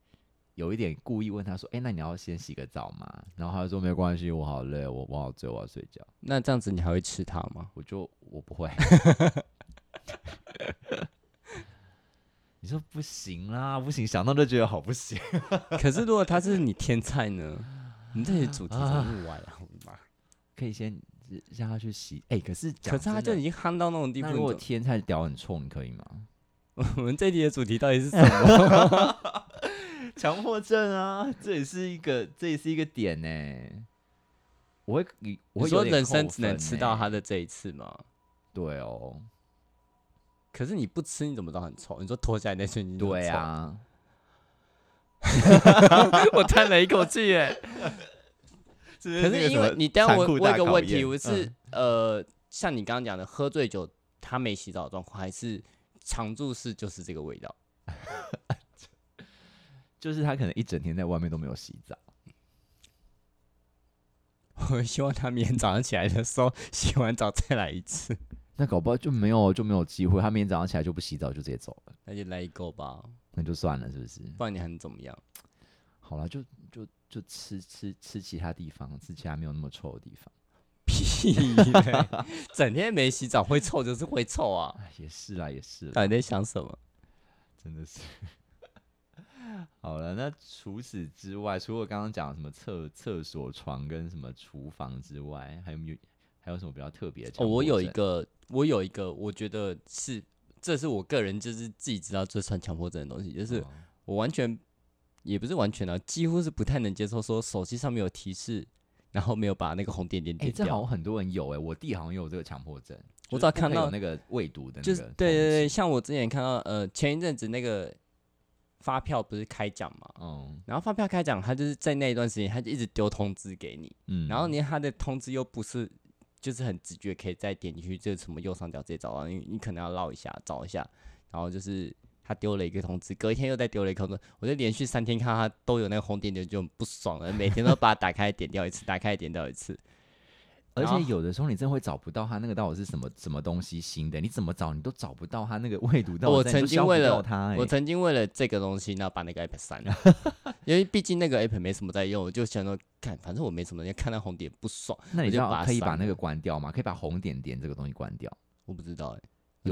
[SPEAKER 2] 有一点故意问他说：“哎、那你要先洗个澡吗？”然后他就说：“没关系，我好累，我我好醉，我要睡觉。
[SPEAKER 1] 那这样子你还会吃它 吗”？
[SPEAKER 2] 我就我不会。你说不行啦，不行，想到就觉得好不行。
[SPEAKER 1] 可是如果它是你天菜呢？你这些主题怎么歪 啊？我的妈！
[SPEAKER 2] 可以先让他去洗。哎、可是
[SPEAKER 1] 可
[SPEAKER 2] 讲
[SPEAKER 1] 是它就
[SPEAKER 2] 真
[SPEAKER 1] 已
[SPEAKER 2] 的
[SPEAKER 1] 经憨到那种地步，
[SPEAKER 2] 那
[SPEAKER 1] 你
[SPEAKER 2] 如果
[SPEAKER 1] 怎么
[SPEAKER 2] 天菜屌很臭，你可以吗？
[SPEAKER 1] 我们这一题的主题到底是什么？
[SPEAKER 2] 强迫症啊，这也是一个，这也是一个点呢、我会，你 我
[SPEAKER 1] 我
[SPEAKER 2] 会
[SPEAKER 1] 说
[SPEAKER 2] 有点
[SPEAKER 1] 人生
[SPEAKER 2] 扣
[SPEAKER 1] 只能
[SPEAKER 2] 分欸
[SPEAKER 1] 吃
[SPEAKER 2] 呢
[SPEAKER 1] 到它的这一次吗？
[SPEAKER 2] 对哦，
[SPEAKER 1] 可是你不吃，你怎么知道很臭？你说脱下来那瞬间，
[SPEAKER 2] 对，啊，
[SPEAKER 1] 我叹了一口气耶。
[SPEAKER 2] 可
[SPEAKER 1] 可是因为你等下我我有个问题，我是、
[SPEAKER 2] 嗯
[SPEAKER 1] 呃，像你刚刚讲的，喝醉酒他没洗澡的状况，还是常驻式就是这个味道？
[SPEAKER 2] 就是他可能一整天在外面都没有洗澡，
[SPEAKER 1] 我希望他明天早上起来的时候洗完澡再来一次，
[SPEAKER 2] 那搞不好就没有就没有机会，他明天早上起来就不洗澡就直接走了，
[SPEAKER 1] 那就来一个吧，
[SPEAKER 2] 那就算了，是不是？
[SPEAKER 1] 不然你还能怎么样？
[SPEAKER 2] 好了，就就就吃吃吃其他地方，吃其他没有那么臭的地方。
[SPEAKER 1] 屁嘞！整天没洗澡会臭就是会臭啊！
[SPEAKER 2] 哎，也是啦，也是啦。
[SPEAKER 1] 到底在想什么？
[SPEAKER 2] 真的是。 好了，那除此之外，除了刚刚讲什么厕厕所、床跟什么厨房之外，还有没有还有什么比较特别的强
[SPEAKER 1] 哦，
[SPEAKER 2] 迫症？
[SPEAKER 1] 我有一个，我有一个，我觉得是，这是我个人就是自己知道最算强迫症的东西，就是
[SPEAKER 2] 哦
[SPEAKER 1] 我完全也不是完全啊，几乎是不太能接受说手机上面有提示，然后没有把那个红点点
[SPEAKER 2] 哎、
[SPEAKER 1] 点
[SPEAKER 2] 这好
[SPEAKER 1] 掉。
[SPEAKER 2] 像很多人有哎、我弟好像有这个强迫症，
[SPEAKER 1] 我
[SPEAKER 2] 就是
[SPEAKER 1] 只要
[SPEAKER 2] 不
[SPEAKER 1] 看
[SPEAKER 2] 可以有
[SPEAKER 1] 到
[SPEAKER 2] 那个未读的那个，
[SPEAKER 1] 就是对对对，，像我之前看到呃前一阵子那个发票不是开奖嘛，
[SPEAKER 2] 嗯
[SPEAKER 1] 然后发票开奖，他就是在那一段时间他就一直丢通知给你，
[SPEAKER 2] 嗯，
[SPEAKER 1] 然后呢他的通知又不是。就是很直觉，可以再点进去，这个什么右上角直接找到，你你可能要绕一下，找一下，然后就是他丢了一个通知，隔一天又再丢了一个通知，我就连续三天看他都有那个红点点，就很不爽了，每天都把它打开点掉一次，打开点掉一次，
[SPEAKER 2] 而
[SPEAKER 1] 然后
[SPEAKER 2] 且有的时候你真的会找不到他那个到底是什么什么东西新的，你怎么找你都找不到他那个未读到底
[SPEAKER 1] 我
[SPEAKER 2] 在，你
[SPEAKER 1] 曾
[SPEAKER 2] 都
[SPEAKER 1] 经
[SPEAKER 2] 消不
[SPEAKER 1] 为
[SPEAKER 2] 掉
[SPEAKER 1] 了
[SPEAKER 2] 他、欸，
[SPEAKER 1] 我曾经为了这个东西，那把那个 app 删 了，因为毕竟那个 app 没什么在用，我就想说，看，反正我没什么，人看到红点不爽，
[SPEAKER 2] 那你
[SPEAKER 1] 我
[SPEAKER 2] 知
[SPEAKER 1] 就把
[SPEAKER 2] 道
[SPEAKER 1] 它
[SPEAKER 2] 可以把
[SPEAKER 1] 删
[SPEAKER 2] 那个
[SPEAKER 1] 了
[SPEAKER 2] 关掉吗？可以把红点点这个东西关掉，
[SPEAKER 1] 我不知道哎、欸，
[SPEAKER 2] 有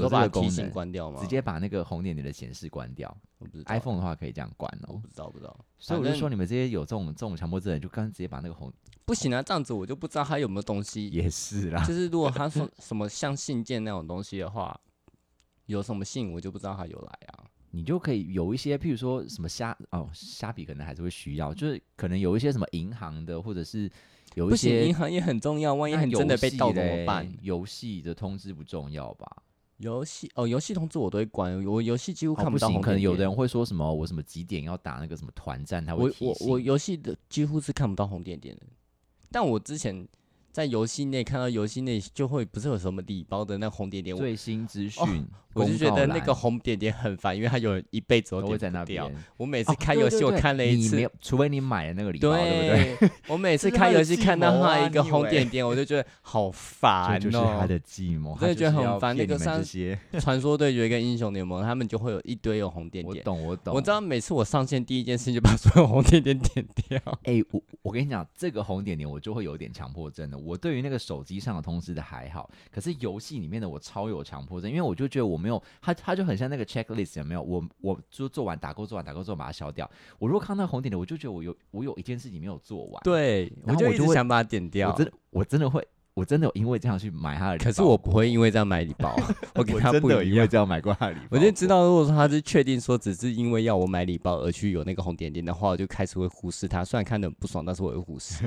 [SPEAKER 1] 你说
[SPEAKER 2] 这
[SPEAKER 1] 把
[SPEAKER 2] 个
[SPEAKER 1] 提
[SPEAKER 2] 功
[SPEAKER 1] 醒
[SPEAKER 2] 能
[SPEAKER 1] 关掉吗？
[SPEAKER 2] 直接把那个红点点的显示关掉。
[SPEAKER 1] 我不知道
[SPEAKER 2] iPhone 的话可以这样关
[SPEAKER 1] 我
[SPEAKER 2] 哦
[SPEAKER 1] 不。知道不知道，
[SPEAKER 2] 所以我
[SPEAKER 1] 反
[SPEAKER 2] 就说
[SPEAKER 1] 正
[SPEAKER 2] 你们这些有这种这种强迫症的人，就干脆直接把那个红
[SPEAKER 1] 不行啊，这样子我就不知道他有没有东西，
[SPEAKER 2] 也是 啦。
[SPEAKER 1] 就是如果他说什么像信件那种东西的话，有什么信我就不知道他有来啊。
[SPEAKER 2] 你就可以有一些，譬如说什么虾哦，虾皮可能还是会需
[SPEAKER 1] 嗯
[SPEAKER 2] 要，就是可能有一些什么银行的，或者是有
[SPEAKER 1] 不
[SPEAKER 2] 一
[SPEAKER 1] 行，
[SPEAKER 2] 些
[SPEAKER 1] 银行也很重要，万一
[SPEAKER 2] 那
[SPEAKER 1] 很真的
[SPEAKER 2] 游
[SPEAKER 1] 被
[SPEAKER 2] 戏
[SPEAKER 1] 盗怎么
[SPEAKER 2] 嘞
[SPEAKER 1] 办？
[SPEAKER 2] 游戏的通知不重要吧？
[SPEAKER 1] 游戏哦，游戏通知我都会关，我游戏几乎
[SPEAKER 2] 哦
[SPEAKER 1] 看
[SPEAKER 2] 不
[SPEAKER 1] 到
[SPEAKER 2] 行，
[SPEAKER 1] 红
[SPEAKER 2] 可能
[SPEAKER 1] 点
[SPEAKER 2] 有的
[SPEAKER 1] 点。
[SPEAKER 2] 人会说什么我什么几点要打那个什么团战，他会
[SPEAKER 1] 我
[SPEAKER 2] 提
[SPEAKER 1] 我
[SPEAKER 2] 醒
[SPEAKER 1] 我游戏的几乎是看不到红点点的，但我之前在游戏内看到游戏内就会不是有什么礼包的那红点点，我
[SPEAKER 2] 最新资讯、
[SPEAKER 1] 哦我就
[SPEAKER 2] 公
[SPEAKER 1] 觉
[SPEAKER 2] 告
[SPEAKER 1] 得那
[SPEAKER 2] 栏
[SPEAKER 1] 个红点点很烦，因为它有人一辈子
[SPEAKER 2] 都
[SPEAKER 1] 都
[SPEAKER 2] 会
[SPEAKER 1] 点
[SPEAKER 2] 在
[SPEAKER 1] 不
[SPEAKER 2] 那
[SPEAKER 1] 掉
[SPEAKER 2] 边。
[SPEAKER 1] 我每次
[SPEAKER 2] 哦
[SPEAKER 1] 看
[SPEAKER 2] 对
[SPEAKER 1] 游
[SPEAKER 2] 对
[SPEAKER 1] 戏，我
[SPEAKER 2] 对
[SPEAKER 1] 看了一
[SPEAKER 2] 你
[SPEAKER 1] 次
[SPEAKER 2] 没，有，除非你买了那个礼包，对不对？
[SPEAKER 1] 我每次
[SPEAKER 2] 这是他
[SPEAKER 1] 看
[SPEAKER 2] 的
[SPEAKER 1] 游戏
[SPEAKER 2] 计
[SPEAKER 1] 看到
[SPEAKER 2] 谋
[SPEAKER 1] 它
[SPEAKER 2] 啊
[SPEAKER 1] 一个
[SPEAKER 2] 你以
[SPEAKER 1] 红
[SPEAKER 2] 为
[SPEAKER 1] 点点，我就觉得 好烦
[SPEAKER 2] 这就是他
[SPEAKER 1] 哦。
[SPEAKER 2] 的计谋，
[SPEAKER 1] 我
[SPEAKER 2] 他
[SPEAKER 1] 真的
[SPEAKER 2] 就
[SPEAKER 1] 觉得
[SPEAKER 2] 是
[SPEAKER 1] 很
[SPEAKER 2] 要
[SPEAKER 1] 烦
[SPEAKER 2] 骗
[SPEAKER 1] 那个
[SPEAKER 2] 你们这
[SPEAKER 1] 上
[SPEAKER 2] 些。
[SPEAKER 1] 传说对决跟英雄联盟，他们就会有一堆有红点
[SPEAKER 2] 我
[SPEAKER 1] 点。
[SPEAKER 2] 懂，我懂，
[SPEAKER 1] 我知道每次我上线第一件事情就把所有红点点点掉。
[SPEAKER 2] 哎、我我跟你讲，这个红点点我就会有点强迫症的。我对于那个手机上的通知的还好，可是游戏里面的我超有强迫症，因为我就觉得我没有，它它就很像那个 checklist 有没有？我我就做完打勾，做完打勾，做完把它消掉。我如果看到红点点，我就觉得我有我有一件事情没有做 完，
[SPEAKER 1] 对，我
[SPEAKER 2] 然后
[SPEAKER 1] 就
[SPEAKER 2] 我
[SPEAKER 1] 一
[SPEAKER 2] 就
[SPEAKER 1] 直
[SPEAKER 2] 会
[SPEAKER 1] 想把它点掉
[SPEAKER 2] 我。真的我真的会，我真的有因为这样去买它的礼包。
[SPEAKER 1] 可是我不会因为这样买礼 包，我跟
[SPEAKER 2] 我
[SPEAKER 1] 他
[SPEAKER 2] 真
[SPEAKER 1] 不
[SPEAKER 2] 的有
[SPEAKER 1] 一
[SPEAKER 2] 因为
[SPEAKER 1] 样。
[SPEAKER 2] 这样买过它的礼包，
[SPEAKER 1] 我就知道，如果说他是确定说只是因为要我买礼包而去有那个红点点的话，我就开始会忽视他。虽然看得很不爽，但是我会忽 视。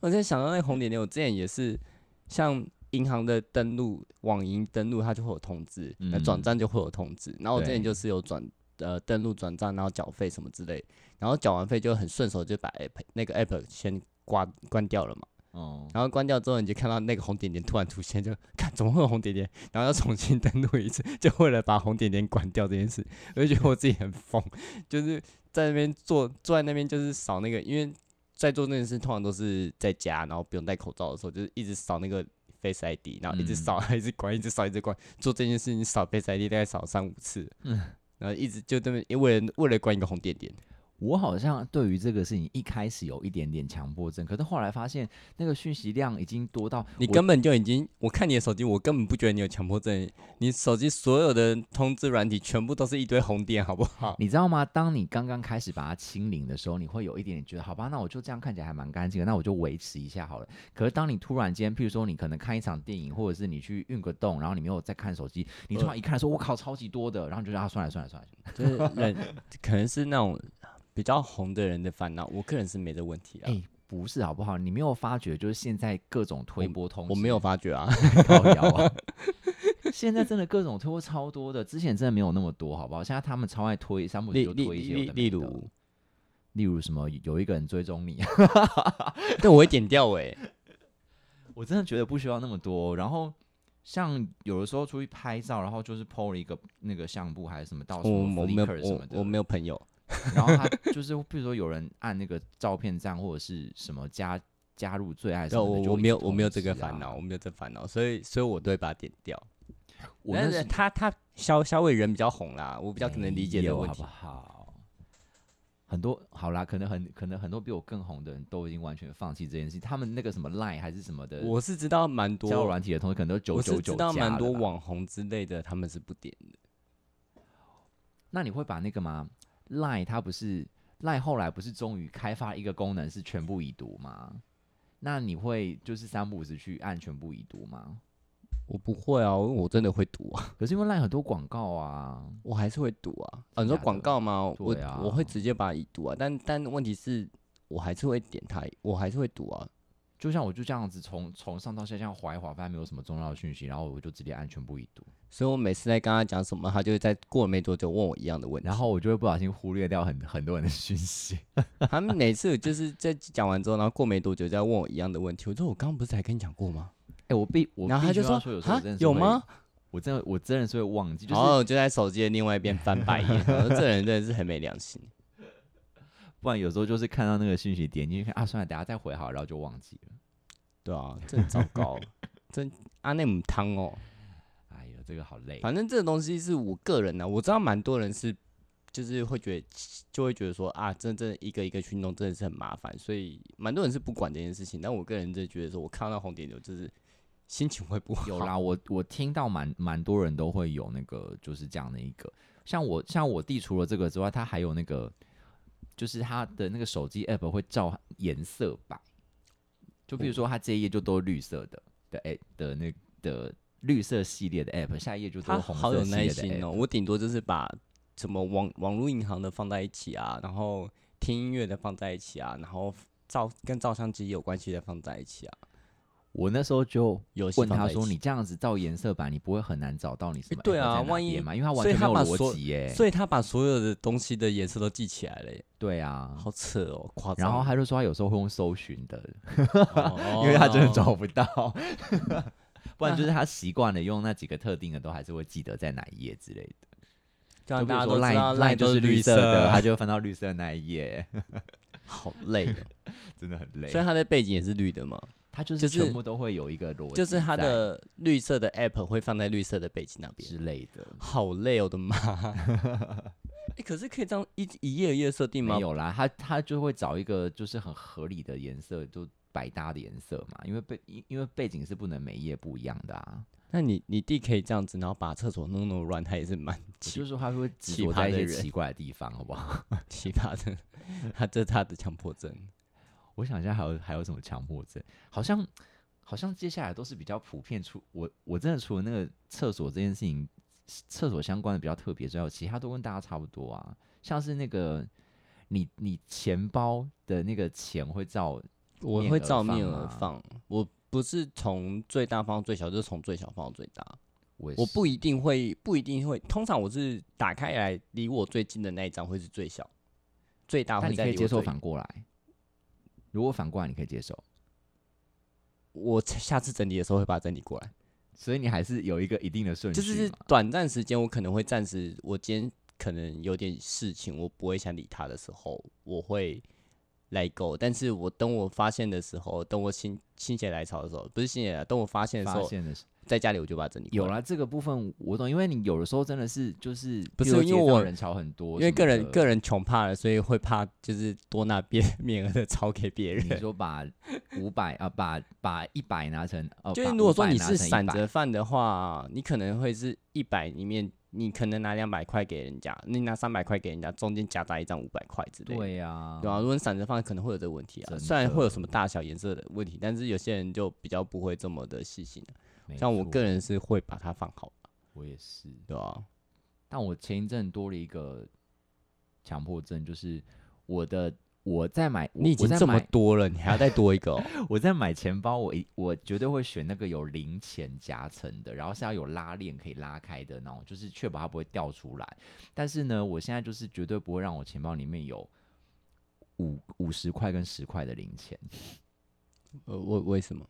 [SPEAKER 1] 我现在想到那个红点点，我之前也是像银行的登录、网银登录，它就会有通知，那转
[SPEAKER 2] 嗯
[SPEAKER 1] 账就会有通知。然后我之前
[SPEAKER 2] 对
[SPEAKER 1] 就是有转呃登录转账，然后缴费什么之类，然后缴完费就很顺手就把 app 那个 app 先关关掉了嘛。
[SPEAKER 2] 哦，
[SPEAKER 1] 然后关掉之后，你就看到那个红点点突然出现，就看怎么会有红点点，然后要重新登录一次，就为了把红点点关掉这件事，我就觉得我自己很疯， 就是在那边坐坐在那边就是扫那个，因为在做那件事通常都是在家，然后不用戴口罩的时候，就是一直扫那个 Face ID，然后一直
[SPEAKER 2] 嗯
[SPEAKER 1] 扫，一直关，一直扫，一直关，做这件事情扫 Face ID 大概扫三五 次，
[SPEAKER 2] 嗯
[SPEAKER 1] 然后一直就这么因为了为了关一个红点点，
[SPEAKER 2] 我好像对于这个事情一开始有一点点强迫症，可是后来发现那个讯息量已经多到
[SPEAKER 1] 你
[SPEAKER 2] 我
[SPEAKER 1] 根本就已经，我看你的手机，我根本不觉得你有强迫症。你手机所有的通知软体全部都是一堆红点，好不好？
[SPEAKER 2] 你知道吗？当你刚刚开始把它清零的时候，你会有一点点觉得，好吧，那我就这样看起来还蛮干净的，那我就维持一下好了。可是当你突然间，譬如说你可能看一场电影，或者是你去运个动，然后你没有在看手机，你突然一看
[SPEAKER 1] 嗯
[SPEAKER 2] 说，我靠，超级多的，然后你就觉得啊，算了算了算了，
[SPEAKER 1] 就是人可能是那种比较红的人的烦恼。我个人是没这问题啊，
[SPEAKER 2] 哎、不是好不好？你没有发觉，就是现在各种推波通
[SPEAKER 1] 我
[SPEAKER 2] 知
[SPEAKER 1] 没有发觉啊。
[SPEAKER 2] 靠腰 啊。现在真的各种推波超多的，之前真的没有那么多，好不好？现在他们超爱推，三不五时
[SPEAKER 1] 例
[SPEAKER 2] 就
[SPEAKER 1] 例
[SPEAKER 2] 推一些有
[SPEAKER 1] 例
[SPEAKER 2] 的
[SPEAKER 1] 例
[SPEAKER 2] 没的
[SPEAKER 1] 如，
[SPEAKER 2] 例如什么有一个人追踪你，啊
[SPEAKER 1] 对，我会点掉哎、
[SPEAKER 2] 我真的觉得不需要那么多。然后像有的时候出去拍照，然后就是 PO 了一个那个相簿还是什么哦到什
[SPEAKER 1] 我哦
[SPEAKER 2] 么
[SPEAKER 1] 我没有
[SPEAKER 2] Flickr 什么
[SPEAKER 1] 我
[SPEAKER 2] 的，
[SPEAKER 1] 我没有朋友，
[SPEAKER 2] 然后他就是比如说有人按那个照片赞或者是什么加加入最爱什
[SPEAKER 1] 对，
[SPEAKER 2] 么的，
[SPEAKER 1] 我
[SPEAKER 2] 就
[SPEAKER 1] 哦我
[SPEAKER 2] 一
[SPEAKER 1] 没有
[SPEAKER 2] 直
[SPEAKER 1] 我没有这
[SPEAKER 2] 通
[SPEAKER 1] 个
[SPEAKER 2] 知啊
[SPEAKER 1] 烦恼，我。没有这烦恼，所以所以我都会把它点掉。
[SPEAKER 2] 我那
[SPEAKER 1] 但
[SPEAKER 2] 是
[SPEAKER 1] 是他他肖肖伟人比较红啦，我比较可能理解
[SPEAKER 2] 没
[SPEAKER 1] 这个
[SPEAKER 2] 有
[SPEAKER 1] 问
[SPEAKER 2] 好
[SPEAKER 1] 题
[SPEAKER 2] 不。好？很多好啦，可能很可能很多比我更红的人都已经完全放弃这件事，他们那个什么 Line 还是什么的
[SPEAKER 1] 我是知道蛮多
[SPEAKER 2] 交友软体的同学，可能都九
[SPEAKER 1] 我
[SPEAKER 2] 九
[SPEAKER 1] 是
[SPEAKER 2] 九
[SPEAKER 1] 知
[SPEAKER 2] 加
[SPEAKER 1] 道蛮
[SPEAKER 2] 了
[SPEAKER 1] 多
[SPEAKER 2] 吧
[SPEAKER 1] 网红之类的，他们是不点的。
[SPEAKER 2] 那你会把那个吗？Line 它不是 Line 后来不是终于开发一个功能是全部已读吗？那你会就是三不五时去按全部已读吗？
[SPEAKER 1] 我不会啊，因为我真的会读啊，
[SPEAKER 2] 可是因为烂很多广告啊，
[SPEAKER 1] 我还是会读啊。啊，
[SPEAKER 2] 真
[SPEAKER 1] 你说
[SPEAKER 2] 假
[SPEAKER 1] 广
[SPEAKER 2] 的
[SPEAKER 1] 告吗？我
[SPEAKER 2] 对啊
[SPEAKER 1] 我会直接把它已读啊，但但问题是，我还是会点它，我还是会读啊。
[SPEAKER 2] 就像我就这样子从从上到下这样划一划，发现没有什么重要的讯息，然后我就直接按全部已读，
[SPEAKER 1] 所以我每次在跟他讲什么，他就会在过了没多久问我一样的问题。
[SPEAKER 2] 然后我就会不小心忽略掉很很多人的讯息。
[SPEAKER 1] 他们每次就是在讲完之后，然后过没多久再问我一样的问题。我说我刚刚不是才跟你讲过吗？
[SPEAKER 2] 哎、我必我
[SPEAKER 1] 然后他
[SPEAKER 2] 必须
[SPEAKER 1] 就说
[SPEAKER 2] 要说有时候
[SPEAKER 1] 啊
[SPEAKER 2] 我真的，是
[SPEAKER 1] 有
[SPEAKER 2] 会
[SPEAKER 1] 吗？？哦
[SPEAKER 2] 我真的我真的是会忘记，就
[SPEAKER 1] 然
[SPEAKER 2] 是
[SPEAKER 1] 后我就在手机的另外一边翻白眼，我说这人真的是很没良心。
[SPEAKER 2] 不然有时候就是看到那个讯息点进去看啊，算了，等下再回好，然后就忘记了。
[SPEAKER 1] 对啊，这很糟糕， 真阿内姆汤哦。
[SPEAKER 2] 哎呀，这个好累。
[SPEAKER 1] 反正这个东西是我个人呢、啊我知道蛮多人是就是会觉得就会觉得说啊，真正一个一个去弄真的是很麻烦，所以蛮多人是不管这件事情。但我个人就觉得说，我看到红点流就是 心情会不好。
[SPEAKER 2] 有啦，我我听到蛮蛮多人都会有那个就是这样的一个，像我像我弟除了这个之外，他还有那个就是他的那个手机 app 会照颜色摆，就
[SPEAKER 1] 哦
[SPEAKER 2] 比如说他这一页就都绿色的的哎的那的绿色系列的 app，下一页就都
[SPEAKER 1] 他
[SPEAKER 2] 是红
[SPEAKER 1] 好有
[SPEAKER 2] 色系
[SPEAKER 1] 耐
[SPEAKER 2] 列的
[SPEAKER 1] 心
[SPEAKER 2] app，、
[SPEAKER 1] 哦，我顶多就是把什么网网络银行的放在一起啊，然后听音乐的放在一起啊，然后照跟照相机有关系的放在一起啊。
[SPEAKER 2] 我那时候就。
[SPEAKER 1] 游戏
[SPEAKER 2] 问
[SPEAKER 1] 放
[SPEAKER 2] 他
[SPEAKER 1] 在一
[SPEAKER 2] 说：“
[SPEAKER 1] 起
[SPEAKER 2] 你这样子照颜色版，你不会很难找到你什么 app
[SPEAKER 1] 对
[SPEAKER 2] 在
[SPEAKER 1] 啊
[SPEAKER 2] 哪
[SPEAKER 1] 万一
[SPEAKER 2] 边吗？因为他完
[SPEAKER 1] 所以
[SPEAKER 2] 全
[SPEAKER 1] 他
[SPEAKER 2] 没有
[SPEAKER 1] 把
[SPEAKER 2] 逻
[SPEAKER 1] 所
[SPEAKER 2] 辑耶。
[SPEAKER 1] 所以他把所有的东西的颜色都记起来了耶，
[SPEAKER 2] 对啊，
[SPEAKER 1] 好扯哦，夸张。
[SPEAKER 2] 然后他就说他有时候会用搜寻的，
[SPEAKER 1] 哦，
[SPEAKER 2] 因为他真的找不到， 不然就是他习惯了用那几个特定的，都还是会记得在哪一页之类的。
[SPEAKER 1] 就
[SPEAKER 2] 就
[SPEAKER 1] 让
[SPEAKER 2] 比
[SPEAKER 1] 大家
[SPEAKER 2] 如说
[SPEAKER 1] 都知道
[SPEAKER 2] line
[SPEAKER 1] 赖
[SPEAKER 2] line
[SPEAKER 1] 都
[SPEAKER 2] 就是绿
[SPEAKER 1] 色
[SPEAKER 2] 的，他
[SPEAKER 1] 的，
[SPEAKER 2] 就会翻到绿色那一页，
[SPEAKER 1] 好累哦。
[SPEAKER 2] 真的很累
[SPEAKER 1] 所。以他的背景也是绿的嘛，
[SPEAKER 2] 他就
[SPEAKER 1] 就是是
[SPEAKER 2] 全部都会有一个逻辑，
[SPEAKER 1] 就是他的绿色的 app 会放在绿色的背景那边，
[SPEAKER 2] 之类的。
[SPEAKER 1] 好累，我的 妈！哎，可是可以这样一一页一页设定吗
[SPEAKER 2] 没？有啦，他他就会找一个就是很合理的颜色，就百搭的颜色嘛，因为背因因为背景是不能每一页不一样的啊。
[SPEAKER 1] 那你你弟可以这样子，然后把厕所弄弄乱，他也是 蛮
[SPEAKER 2] 我
[SPEAKER 1] 奇
[SPEAKER 2] 就是说他会执
[SPEAKER 1] 奇
[SPEAKER 2] 着
[SPEAKER 1] 葩
[SPEAKER 2] 在一
[SPEAKER 1] 的
[SPEAKER 2] 些
[SPEAKER 1] 人
[SPEAKER 2] 奇怪的地方，好不好？
[SPEAKER 1] 奇葩的，他这是他的强迫 症。
[SPEAKER 2] 我想一下，还有还有什么强迫症？好像好像接下来都是比较普遍出我我真的除了那个厕所这件事情，厕所相关的比较特别之外，其他都跟大家差不多啊。像是那个你你钱包的那个钱会照
[SPEAKER 1] 我
[SPEAKER 2] 面
[SPEAKER 1] 会
[SPEAKER 2] 额
[SPEAKER 1] 照
[SPEAKER 2] 放
[SPEAKER 1] 面额
[SPEAKER 2] 吗
[SPEAKER 1] 放，啊我不是从最大放到最小，就是从最小放到最大。
[SPEAKER 2] 我
[SPEAKER 1] 我
[SPEAKER 2] 是
[SPEAKER 1] 不一定会，不一定会，通常我是打开来离我最近的那一张会是最小，最大
[SPEAKER 2] 但
[SPEAKER 1] 会
[SPEAKER 2] 你
[SPEAKER 1] 在
[SPEAKER 2] 可以
[SPEAKER 1] 离我
[SPEAKER 2] 接受
[SPEAKER 1] 最
[SPEAKER 2] 反过来，如果反过来你可以接受，
[SPEAKER 1] 我下次整理的时候会把它整理过来，
[SPEAKER 2] 所以你还是有一个一定的顺序
[SPEAKER 1] 就
[SPEAKER 2] 嘛。
[SPEAKER 1] 是短暂时间我可能会暂时，我今天可能有点事情，我不会想理他的时候，我会来 go，但是我等我发现的时候，等我心心血来潮的时候，不是心血来潮，等我发现的时
[SPEAKER 2] 发
[SPEAKER 1] 候，
[SPEAKER 2] 现的是
[SPEAKER 1] 在家里我就把它整理过
[SPEAKER 2] 有
[SPEAKER 1] 来。
[SPEAKER 2] 啦，这个部分我懂，因为你有的时候真的是就是，
[SPEAKER 1] 不
[SPEAKER 2] 比
[SPEAKER 1] 是
[SPEAKER 2] 如说
[SPEAKER 1] 因为
[SPEAKER 2] 街上
[SPEAKER 1] 我
[SPEAKER 2] 人潮很
[SPEAKER 1] 因
[SPEAKER 2] 多什么的，
[SPEAKER 1] 为个人个人穷怕了，所以会怕就是多拿 别面额的钞给别人
[SPEAKER 2] 你。说把五百啊，把把一百拿成哦，
[SPEAKER 1] 就是
[SPEAKER 2] 把
[SPEAKER 1] 如果
[SPEAKER 2] 500
[SPEAKER 1] 说你
[SPEAKER 2] 拿
[SPEAKER 1] 是
[SPEAKER 2] 成
[SPEAKER 1] 散
[SPEAKER 2] 100
[SPEAKER 1] 着饭的话，你可能会是一百里面，你可能拿两百块给人家，你拿三百块给人家，中间夹杂一张五百块之类的。
[SPEAKER 2] 对呀，
[SPEAKER 1] 对啊，如果你散着放，可能会有这个问题啊。
[SPEAKER 2] 真
[SPEAKER 1] 虽然会有
[SPEAKER 2] 的
[SPEAKER 1] 什么大小颜色的问题，但是有些人就比较不会这么的细心、啊
[SPEAKER 2] 没
[SPEAKER 1] 像我
[SPEAKER 2] 错
[SPEAKER 1] 个，人是会把它放好，
[SPEAKER 2] 我也是，
[SPEAKER 1] 对啊？
[SPEAKER 2] 但我前一阵多了一个强迫症，就是我的我在买，我
[SPEAKER 1] 你已经
[SPEAKER 2] 我在
[SPEAKER 1] 这么
[SPEAKER 2] 买
[SPEAKER 1] 多了，你还要再多一个、 哦？
[SPEAKER 2] 我在买钱包，我一我绝对会选那个有零钱夹层的，然后是要有拉链可以拉开的那种，就是确保它不会掉出来。但是呢，我现在就是绝对不会让我钱包里面有五五十块跟十块的零钱。
[SPEAKER 1] 呃，为为什么？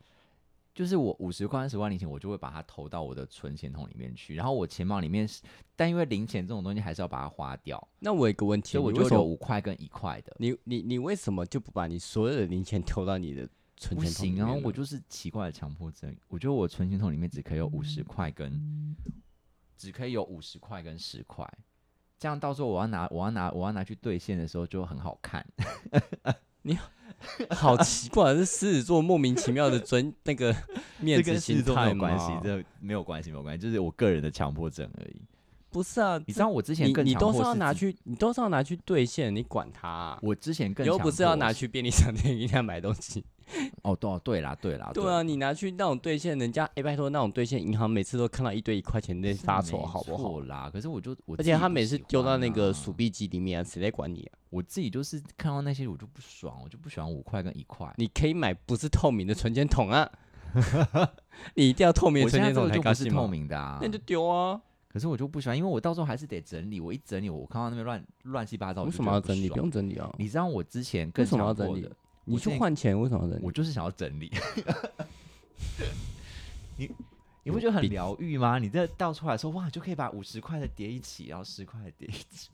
[SPEAKER 2] 就是我五十块、十万零钱，我就会把它投到我的存钱筒里面去。然后我钱包里面是，但因为零钱这种东西还是要把它花掉，
[SPEAKER 1] 那我有一个问题，
[SPEAKER 2] 所以我
[SPEAKER 1] 你
[SPEAKER 2] 就
[SPEAKER 1] 为什
[SPEAKER 2] 留
[SPEAKER 1] 么
[SPEAKER 2] 五块跟一块的。
[SPEAKER 1] 你你你为什么就不把你所有的零钱投到你的存
[SPEAKER 2] 不
[SPEAKER 1] 钱筒里
[SPEAKER 2] 行，然后
[SPEAKER 1] 面
[SPEAKER 2] 我
[SPEAKER 1] 呢
[SPEAKER 2] 就是奇怪的强迫症。我觉得我存钱筒里面只可以有五十块跟，只可以有五十块跟十块，这样到时候我要拿我要拿我要拿去兑现的时候就很好看。
[SPEAKER 1] 好奇怪，是狮子座莫名其妙的尊那个面
[SPEAKER 2] 这
[SPEAKER 1] 子
[SPEAKER 2] 跟狮子
[SPEAKER 1] 心
[SPEAKER 2] 座没
[SPEAKER 1] 态
[SPEAKER 2] 有关系
[SPEAKER 1] 嘛，
[SPEAKER 2] 这没有关系，没有关系，就是我个人的强迫症而已。
[SPEAKER 1] 不是啊？
[SPEAKER 2] 你知
[SPEAKER 1] 这
[SPEAKER 2] 道我之前
[SPEAKER 1] 你
[SPEAKER 2] 更
[SPEAKER 1] 你
[SPEAKER 2] 强迫
[SPEAKER 1] 都是要
[SPEAKER 2] 自
[SPEAKER 1] 拿
[SPEAKER 2] 己，
[SPEAKER 1] 去，你都是要拿去兑现，你管他啊、
[SPEAKER 2] 我之前
[SPEAKER 1] 你
[SPEAKER 2] 更
[SPEAKER 1] 又不
[SPEAKER 2] 强
[SPEAKER 1] 是要
[SPEAKER 2] 迫
[SPEAKER 1] 拿去便利商店一定要买东西，
[SPEAKER 2] 哦，对哦对啦，对啦，
[SPEAKER 1] 对啊，你拿去那种兑现，人家哎、拜托那种兑现银行每次都看到一堆一块钱在
[SPEAKER 2] 是
[SPEAKER 1] 发
[SPEAKER 2] 没
[SPEAKER 1] 愁，好不好
[SPEAKER 2] 错？啦，可是我就我
[SPEAKER 1] 而
[SPEAKER 2] 自己
[SPEAKER 1] 且他
[SPEAKER 2] 不
[SPEAKER 1] 每次
[SPEAKER 2] 喜
[SPEAKER 1] 丢到
[SPEAKER 2] 欢
[SPEAKER 1] 那个
[SPEAKER 2] 啊
[SPEAKER 1] 鼠币机里面、啊，谁在管你啊？
[SPEAKER 2] 我自己就是看到那些我就不爽，我就不喜欢五块跟一块。
[SPEAKER 1] 你可以买不是透明的存钱筒 啊，你一定要透明
[SPEAKER 2] 我
[SPEAKER 1] 的
[SPEAKER 2] 现
[SPEAKER 1] 存
[SPEAKER 2] 在
[SPEAKER 1] 钱
[SPEAKER 2] 这
[SPEAKER 1] 筒才
[SPEAKER 2] 个就
[SPEAKER 1] 高
[SPEAKER 2] 不是
[SPEAKER 1] 兴
[SPEAKER 2] 透
[SPEAKER 1] 吗？
[SPEAKER 2] 明的啊
[SPEAKER 1] 那，你就丢啊，
[SPEAKER 2] 可是我就不喜欢，因为我到时候还是得整理。我一整理，我看到那边乱乱七八糟，我
[SPEAKER 1] 为
[SPEAKER 2] 就
[SPEAKER 1] 什
[SPEAKER 2] 觉
[SPEAKER 1] 么要
[SPEAKER 2] 得不
[SPEAKER 1] 整理？不
[SPEAKER 2] 爽
[SPEAKER 1] 用整理啊，
[SPEAKER 2] 你知道我之前更
[SPEAKER 1] 为什么
[SPEAKER 2] 想
[SPEAKER 1] 要整
[SPEAKER 2] 过
[SPEAKER 1] 理
[SPEAKER 2] 的？
[SPEAKER 1] 你
[SPEAKER 2] 我
[SPEAKER 1] 去
[SPEAKER 2] 现
[SPEAKER 1] 换钱为什么要整理
[SPEAKER 2] 我？就是想要 整理。你你不觉得很
[SPEAKER 1] 有病
[SPEAKER 2] 疗愈吗？你这倒出来说哇，就可以把五十块的叠一起，然后十块的叠一起。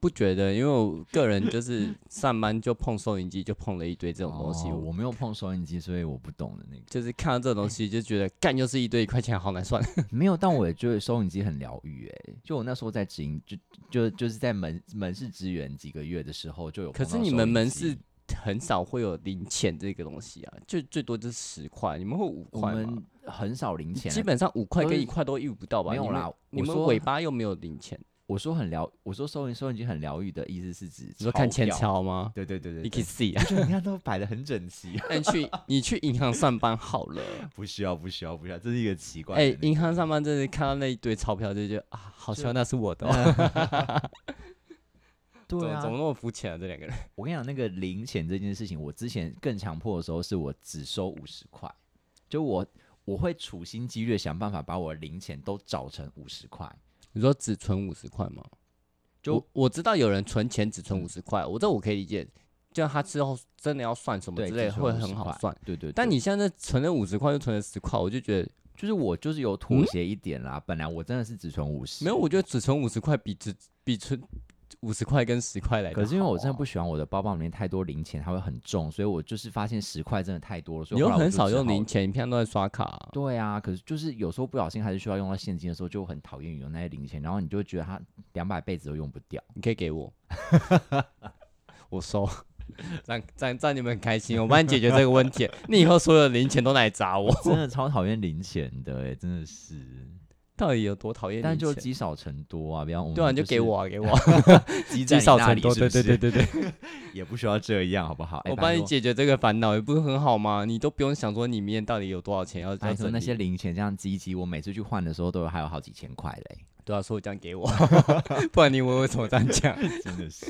[SPEAKER 1] 不觉得，因为我个人就是 上班就碰收银机，就碰了一堆这种东西，
[SPEAKER 2] 哦
[SPEAKER 1] 我
[SPEAKER 2] 我没有碰收音机，所以我不懂的那个。
[SPEAKER 1] 就是看到这种东西就觉得干又是一堆一块钱，好难算。
[SPEAKER 2] 没有，但我也觉得收音机很疗愈哎。就我那时候在职营，就就就是在门门市支援几个月的时候就有
[SPEAKER 1] 可
[SPEAKER 2] 碰
[SPEAKER 1] 是
[SPEAKER 2] 到收银
[SPEAKER 1] 你
[SPEAKER 2] 机。
[SPEAKER 1] 们门市很少会有零钱这个东西啊，就最多就是十块，你们会五
[SPEAKER 2] 我
[SPEAKER 1] 块吗
[SPEAKER 2] 们？很少零钱啊，
[SPEAKER 1] 基本上五块
[SPEAKER 2] 都
[SPEAKER 1] 跟
[SPEAKER 2] 是
[SPEAKER 1] 一块都遇不到吧？
[SPEAKER 2] 没有
[SPEAKER 1] 你们
[SPEAKER 2] 啦
[SPEAKER 1] 你
[SPEAKER 2] 我
[SPEAKER 1] 们
[SPEAKER 2] 说
[SPEAKER 1] 尾巴又没有零钱，
[SPEAKER 2] 我说很疗，我说收银收银机很疗愈的意思是指
[SPEAKER 1] 你说看
[SPEAKER 2] 钞
[SPEAKER 1] 钱
[SPEAKER 2] 票，
[SPEAKER 1] 钞吗？
[SPEAKER 2] 对对对对
[SPEAKER 1] 你可以
[SPEAKER 2] 对，
[SPEAKER 1] see 啊，
[SPEAKER 2] 就你看都摆的很整齐，啊
[SPEAKER 1] 那你去你去银行上班好了。
[SPEAKER 2] 不需要不需要不需要，这是一个奇怪的
[SPEAKER 1] 哎
[SPEAKER 2] 那，个
[SPEAKER 1] 银行上班真的看到那一堆钞票就觉得啊，好希望那是我 的哦。
[SPEAKER 2] 啊
[SPEAKER 1] 怎
[SPEAKER 2] 对
[SPEAKER 1] 么
[SPEAKER 2] 啊
[SPEAKER 1] 怎么，那么肤浅啊？这两个人。
[SPEAKER 2] 我跟你讲那个零钱这件事情，我之前更强迫的时候是我只收五十块，就我我会处心积虑地想办法把我的零钱都找成五十块。
[SPEAKER 1] 你说只存五十块吗？
[SPEAKER 2] 就
[SPEAKER 1] 我我知道有人存钱只存
[SPEAKER 2] 嗯
[SPEAKER 1] 五十块，我这我可以理解，就他之后真的要算什么
[SPEAKER 2] 对
[SPEAKER 1] 之类
[SPEAKER 2] 只存
[SPEAKER 1] 会
[SPEAKER 2] 50
[SPEAKER 1] 很好
[SPEAKER 2] 块
[SPEAKER 1] 算。
[SPEAKER 2] 对对
[SPEAKER 1] 但
[SPEAKER 2] 对
[SPEAKER 1] 你现在存了五十块，又存了十块，我就觉得
[SPEAKER 2] 就是我就是有妥协一点啦，本来我真的是只存五十，
[SPEAKER 1] 没有，我觉得只存五十块比只比存五十块跟十块来得好啊、
[SPEAKER 2] 可是因为我真的不喜欢我的包包里面太多零钱，它会很重，所以我就是发现十块真的太多了，所
[SPEAKER 1] 你
[SPEAKER 2] 以
[SPEAKER 1] 又
[SPEAKER 2] 后来我
[SPEAKER 1] 很
[SPEAKER 2] 就
[SPEAKER 1] 少
[SPEAKER 2] 只
[SPEAKER 1] 用
[SPEAKER 2] 好
[SPEAKER 1] 零。钱，你平常都在刷卡啊、
[SPEAKER 2] 对啊，可是就是有时候不小心还是需要用到现金的时候，就很讨厌有那些零钱，然后你就会觉得它两百辈子都用不掉。
[SPEAKER 1] 你可以给 我，我收。这样这样这样你们很开心，我帮你解决这个问 题。你以后所有的零钱都来砸我，
[SPEAKER 2] 真的超讨厌零钱的、欸，真的是。
[SPEAKER 1] 到底有多讨厌零钱？
[SPEAKER 2] 但就积少成多啊，不要我们
[SPEAKER 1] 对啊，你就
[SPEAKER 2] 就
[SPEAKER 1] 给
[SPEAKER 2] 是
[SPEAKER 1] 我啊，给我啊，
[SPEAKER 2] 积在
[SPEAKER 1] 积
[SPEAKER 2] 你
[SPEAKER 1] 少
[SPEAKER 2] 那
[SPEAKER 1] 成
[SPEAKER 2] 里
[SPEAKER 1] 多。
[SPEAKER 2] 是不
[SPEAKER 1] 对对对
[SPEAKER 2] 是，
[SPEAKER 1] 对对，
[SPEAKER 2] 也不需要这样，好不好？哎
[SPEAKER 1] 我
[SPEAKER 2] 拜
[SPEAKER 1] 帮你
[SPEAKER 2] 托
[SPEAKER 1] 解决这个烦恼，也不是很好吗？你都不用想说里面到底有多少钱要
[SPEAKER 2] 拜
[SPEAKER 1] 要
[SPEAKER 2] 托
[SPEAKER 1] 整
[SPEAKER 2] 哎那
[SPEAKER 1] 理
[SPEAKER 2] 些零钱这样积一积，我每次去换的时候都有还有好几千块 嘞、
[SPEAKER 1] 对啊，所以这样给 我，不然你以为我为什么这样讲？
[SPEAKER 2] 真的是。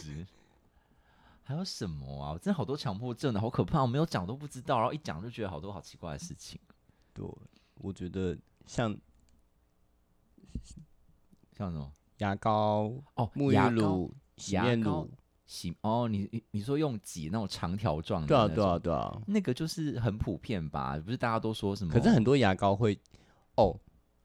[SPEAKER 2] 还有什么啊？我真的好多强迫症的，好可怕！我没有讲都不知道，然后一讲就觉得好多好奇怪的事情。
[SPEAKER 1] 对，我觉得像
[SPEAKER 2] 像什么？
[SPEAKER 1] 牙膏、
[SPEAKER 2] 哦，
[SPEAKER 1] 沐
[SPEAKER 2] 牙
[SPEAKER 1] 浴
[SPEAKER 2] 膏、
[SPEAKER 1] 乳、洗
[SPEAKER 2] 牙
[SPEAKER 1] 面
[SPEAKER 2] 膏
[SPEAKER 1] 乳，
[SPEAKER 2] 洗哦，你你你说用挤那种长条状的，
[SPEAKER 1] 对啊，对啊，，对啊。
[SPEAKER 2] 嗯那个就是很普遍吧？不是大家都说什么？
[SPEAKER 1] 可是很多牙膏会，哦，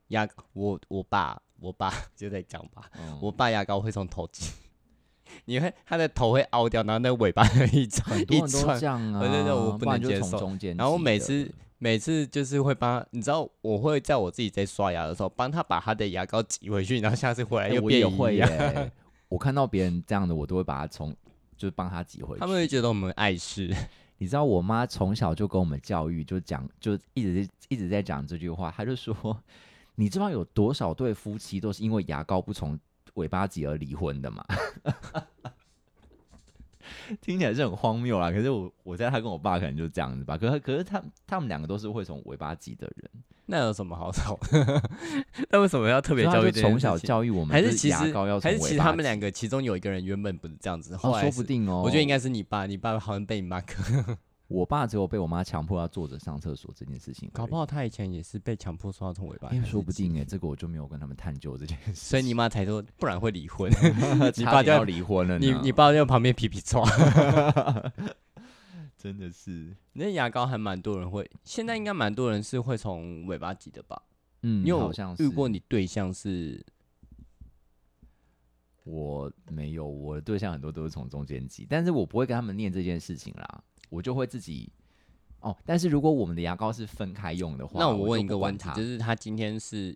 [SPEAKER 1] 牙我我爸我爸就在讲吧，
[SPEAKER 2] 嗯
[SPEAKER 1] 我爸牙膏会从头挤， 你会他的头会凹掉，然后那尾巴一
[SPEAKER 2] 很
[SPEAKER 1] 一
[SPEAKER 2] 多人都
[SPEAKER 1] 串
[SPEAKER 2] 这，样啊，
[SPEAKER 1] 对对对我不
[SPEAKER 2] 不然
[SPEAKER 1] 能
[SPEAKER 2] 就
[SPEAKER 1] 接
[SPEAKER 2] 从
[SPEAKER 1] 受
[SPEAKER 2] 中间挤的。
[SPEAKER 1] 然后每次每次就是会帮他，你知道我会在我自己在刷牙的时候，帮他把他的牙膏挤回去，然后下次回来
[SPEAKER 2] 哎
[SPEAKER 1] 又
[SPEAKER 2] 我
[SPEAKER 1] 变
[SPEAKER 2] 也
[SPEAKER 1] 一
[SPEAKER 2] 会
[SPEAKER 1] 样。
[SPEAKER 2] 耶，我看到别人这样的，我都会把它从就是帮他挤回去。
[SPEAKER 1] 他们会觉得我们碍事，
[SPEAKER 2] 你知道我妈从小就跟我们教育，就讲就一直一直在讲这句话，她就说，你知道有多少对夫妻都是因为牙膏不从尾巴挤而离婚的吗？ 听起来是很荒谬啦，可是我我在她跟我爸可能就这样子吧，可是可是他他们两个都是会从尾巴挤的人，
[SPEAKER 1] 那有什么好吵？ 那为什么要特
[SPEAKER 2] 特
[SPEAKER 1] 别教育这件
[SPEAKER 2] 从小
[SPEAKER 1] 事情
[SPEAKER 2] 教育我们，
[SPEAKER 1] 还
[SPEAKER 2] 就是
[SPEAKER 1] 其实
[SPEAKER 2] 牙膏要从
[SPEAKER 1] 还是
[SPEAKER 2] 尾巴
[SPEAKER 1] 其实他们
[SPEAKER 2] 挤
[SPEAKER 1] 两个其中有一个人原本不是这样子，后
[SPEAKER 2] 哦，
[SPEAKER 1] 来
[SPEAKER 2] 说
[SPEAKER 1] 是
[SPEAKER 2] 不定哦，
[SPEAKER 1] 我觉得应该是你爸，你爸好像被你妈坑，
[SPEAKER 2] 我爸只有被我妈强迫要坐着上厕所这件事情而已，
[SPEAKER 1] 搞不好他以前也是被强迫刷从尾巴开
[SPEAKER 2] 哎、
[SPEAKER 1] 始挤，
[SPEAKER 2] 说不定哎、这个我就没有跟他们探究这件 事情，
[SPEAKER 1] 所以你妈才说，不然会离婚。你
[SPEAKER 2] 差
[SPEAKER 1] 爸
[SPEAKER 2] 点
[SPEAKER 1] 就
[SPEAKER 2] 要离 婚了呢，
[SPEAKER 1] 你 你爸在旁边皮皮抓。
[SPEAKER 2] 真的是，
[SPEAKER 1] 那牙膏还蛮多人会，现在应该蛮多人是会从尾巴挤的吧？
[SPEAKER 2] 嗯，
[SPEAKER 1] 你有
[SPEAKER 2] 好像是
[SPEAKER 1] 遇过你对象是？
[SPEAKER 2] 我没有，我的对象很多都是从中间挤，但是我不会跟他们念这件事情啦，我就会自己。哦，但是如果我们的牙膏是分开用的话，
[SPEAKER 1] 那
[SPEAKER 2] 我
[SPEAKER 1] 问
[SPEAKER 2] 就
[SPEAKER 1] 一
[SPEAKER 2] 不
[SPEAKER 1] 个
[SPEAKER 2] 管
[SPEAKER 1] 问题
[SPEAKER 2] 它，
[SPEAKER 1] 就是他今天是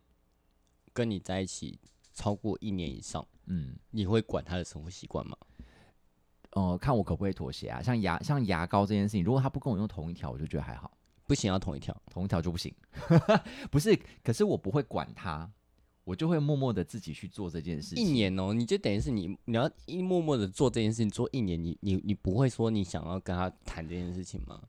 [SPEAKER 1] 跟你在一起超过一年以上，
[SPEAKER 2] 嗯，
[SPEAKER 1] 你会管他的生活习惯吗？
[SPEAKER 2] 呃，看我可不可以妥协啊？像牙像牙膏这件事情，如果他不跟我用同一条，我就觉得还好。
[SPEAKER 1] 不行，要同一条。
[SPEAKER 2] 同一条就不行，不是？可是我不会管他，我就会默默的自己去做这件事
[SPEAKER 1] 一
[SPEAKER 2] 情。
[SPEAKER 1] 年哦、你就等于是你你要一默默的做这件事情，做一年，你你你不会说你想要跟他谈这件事情吗？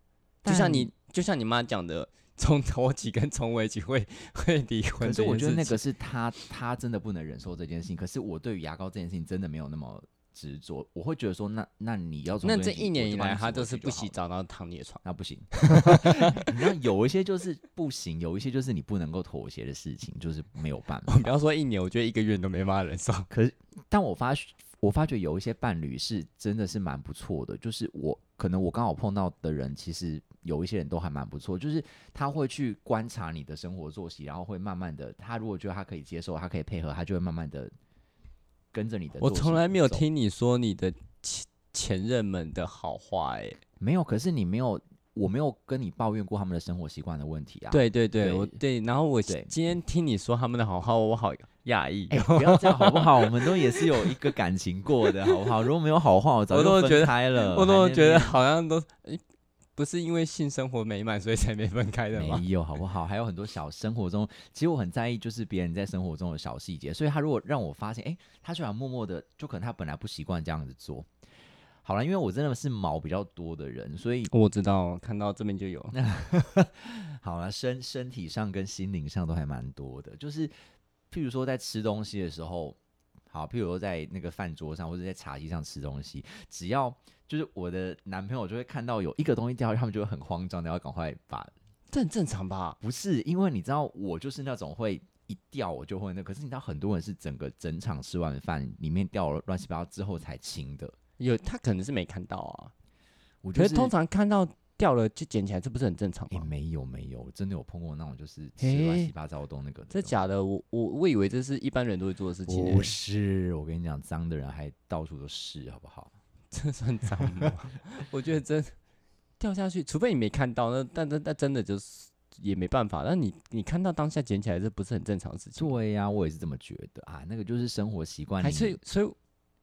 [SPEAKER 1] 就像
[SPEAKER 2] 但
[SPEAKER 1] 你就像你妈讲的，从头起跟从尾起会会离婚
[SPEAKER 2] 可
[SPEAKER 1] 这
[SPEAKER 2] 是
[SPEAKER 1] 件事情，
[SPEAKER 2] 我觉得那个是他，他真的不能忍受这件事情。可是我对于牙膏这件事情真的没有那么执着，我会觉得说，那那你要从
[SPEAKER 1] 那这
[SPEAKER 2] 这件事
[SPEAKER 1] 一
[SPEAKER 2] 情
[SPEAKER 1] 年
[SPEAKER 2] 我
[SPEAKER 1] 以
[SPEAKER 2] 就帮
[SPEAKER 1] 来
[SPEAKER 2] 你
[SPEAKER 1] 他
[SPEAKER 2] 洗
[SPEAKER 1] 都
[SPEAKER 2] 过
[SPEAKER 1] 是
[SPEAKER 2] 去
[SPEAKER 1] 不
[SPEAKER 2] 就好
[SPEAKER 1] 洗
[SPEAKER 2] 了，
[SPEAKER 1] 澡，然后躺你的床。
[SPEAKER 2] 那不行。 你知道有一些就是不行，有一些就是你不能够妥协的事情，就是没有办
[SPEAKER 1] 我
[SPEAKER 2] 法。
[SPEAKER 1] 不要说一年，我觉得一个月你都没办法忍受。
[SPEAKER 2] 可是，但我发我发觉有一些伴侣是真的是蛮不错的，就是我可能我刚好碰到的人，其实有一些人都还蛮不错，就是他会去观察你的生活作息，然后会慢慢的，他如果觉得他可以接受，他可以配合，他就会慢慢的跟着你的。
[SPEAKER 1] 我从来没有，听你说你的前前任们的好话、欸，
[SPEAKER 2] 没有，可是你没有，我没有跟你抱怨过他们的生活习惯的问题啊。。
[SPEAKER 1] 对对对，
[SPEAKER 2] 对
[SPEAKER 1] 我对，然后我
[SPEAKER 2] 对
[SPEAKER 1] 今天听你说他们的好话，我好讶异
[SPEAKER 2] 哎、
[SPEAKER 1] 哦，
[SPEAKER 2] 不要这样好不好？我们都也是有一个感情过的，好不好？如果没有好话，我早
[SPEAKER 1] 我
[SPEAKER 2] 就
[SPEAKER 1] 都觉
[SPEAKER 2] 分
[SPEAKER 1] 得
[SPEAKER 2] 开了。
[SPEAKER 1] 我
[SPEAKER 2] 还
[SPEAKER 1] 都
[SPEAKER 2] 在
[SPEAKER 1] 觉
[SPEAKER 2] 那
[SPEAKER 1] 得好像都、诶不是因为性生活美满所以才没分开的吗？
[SPEAKER 2] 没有，好不好？ 还有很多小生活中，其实我很在意，就是别人在生活中的小细节。所以他如果让我发现，哎、他居然默默的，就可能他本来不习惯这样子做。好了，因为我真的是毛比较多的人，所以
[SPEAKER 1] 我知道，看到这边就有。
[SPEAKER 2] 好了，身身体上跟心灵上都还蛮多的。就是譬如说在吃东西的时候，好，譬如说在那个饭桌上或者在茶几上吃东西，只要就是我的男朋友就会看到有一个东西掉下去，他们就会很慌张的要赶快把
[SPEAKER 1] 这很正常吧？
[SPEAKER 2] 不是，因为你知道我就是那种会一掉我就会那，可是你知道很多人是整个整场吃完饭里面掉了乱七八糟之后才清的。
[SPEAKER 1] 有他可能是没看到啊，
[SPEAKER 2] 我就
[SPEAKER 1] 可
[SPEAKER 2] 是
[SPEAKER 1] 是通常看到掉了就捡起来，这不是很正常
[SPEAKER 2] 也、
[SPEAKER 1] 吗？
[SPEAKER 2] 没有没有，真的有碰过那种就是吃乱
[SPEAKER 1] 诶
[SPEAKER 2] 七八糟都那个的。
[SPEAKER 1] 这假的，我我我以为这是一般人都会做的事情、欸，
[SPEAKER 2] 不是，我跟你讲，脏的人还到处都是，好不好？
[SPEAKER 1] 这算脏吗？ 我觉得真 掉下去，除非你没看到，那但但但真的就是也没办法。但你你看到当下捡起来，这不是很正常的事情吗？
[SPEAKER 2] 对呀、我也是这么觉得啊。那个就是生活习惯，
[SPEAKER 1] 还
[SPEAKER 2] 你
[SPEAKER 1] 是所以，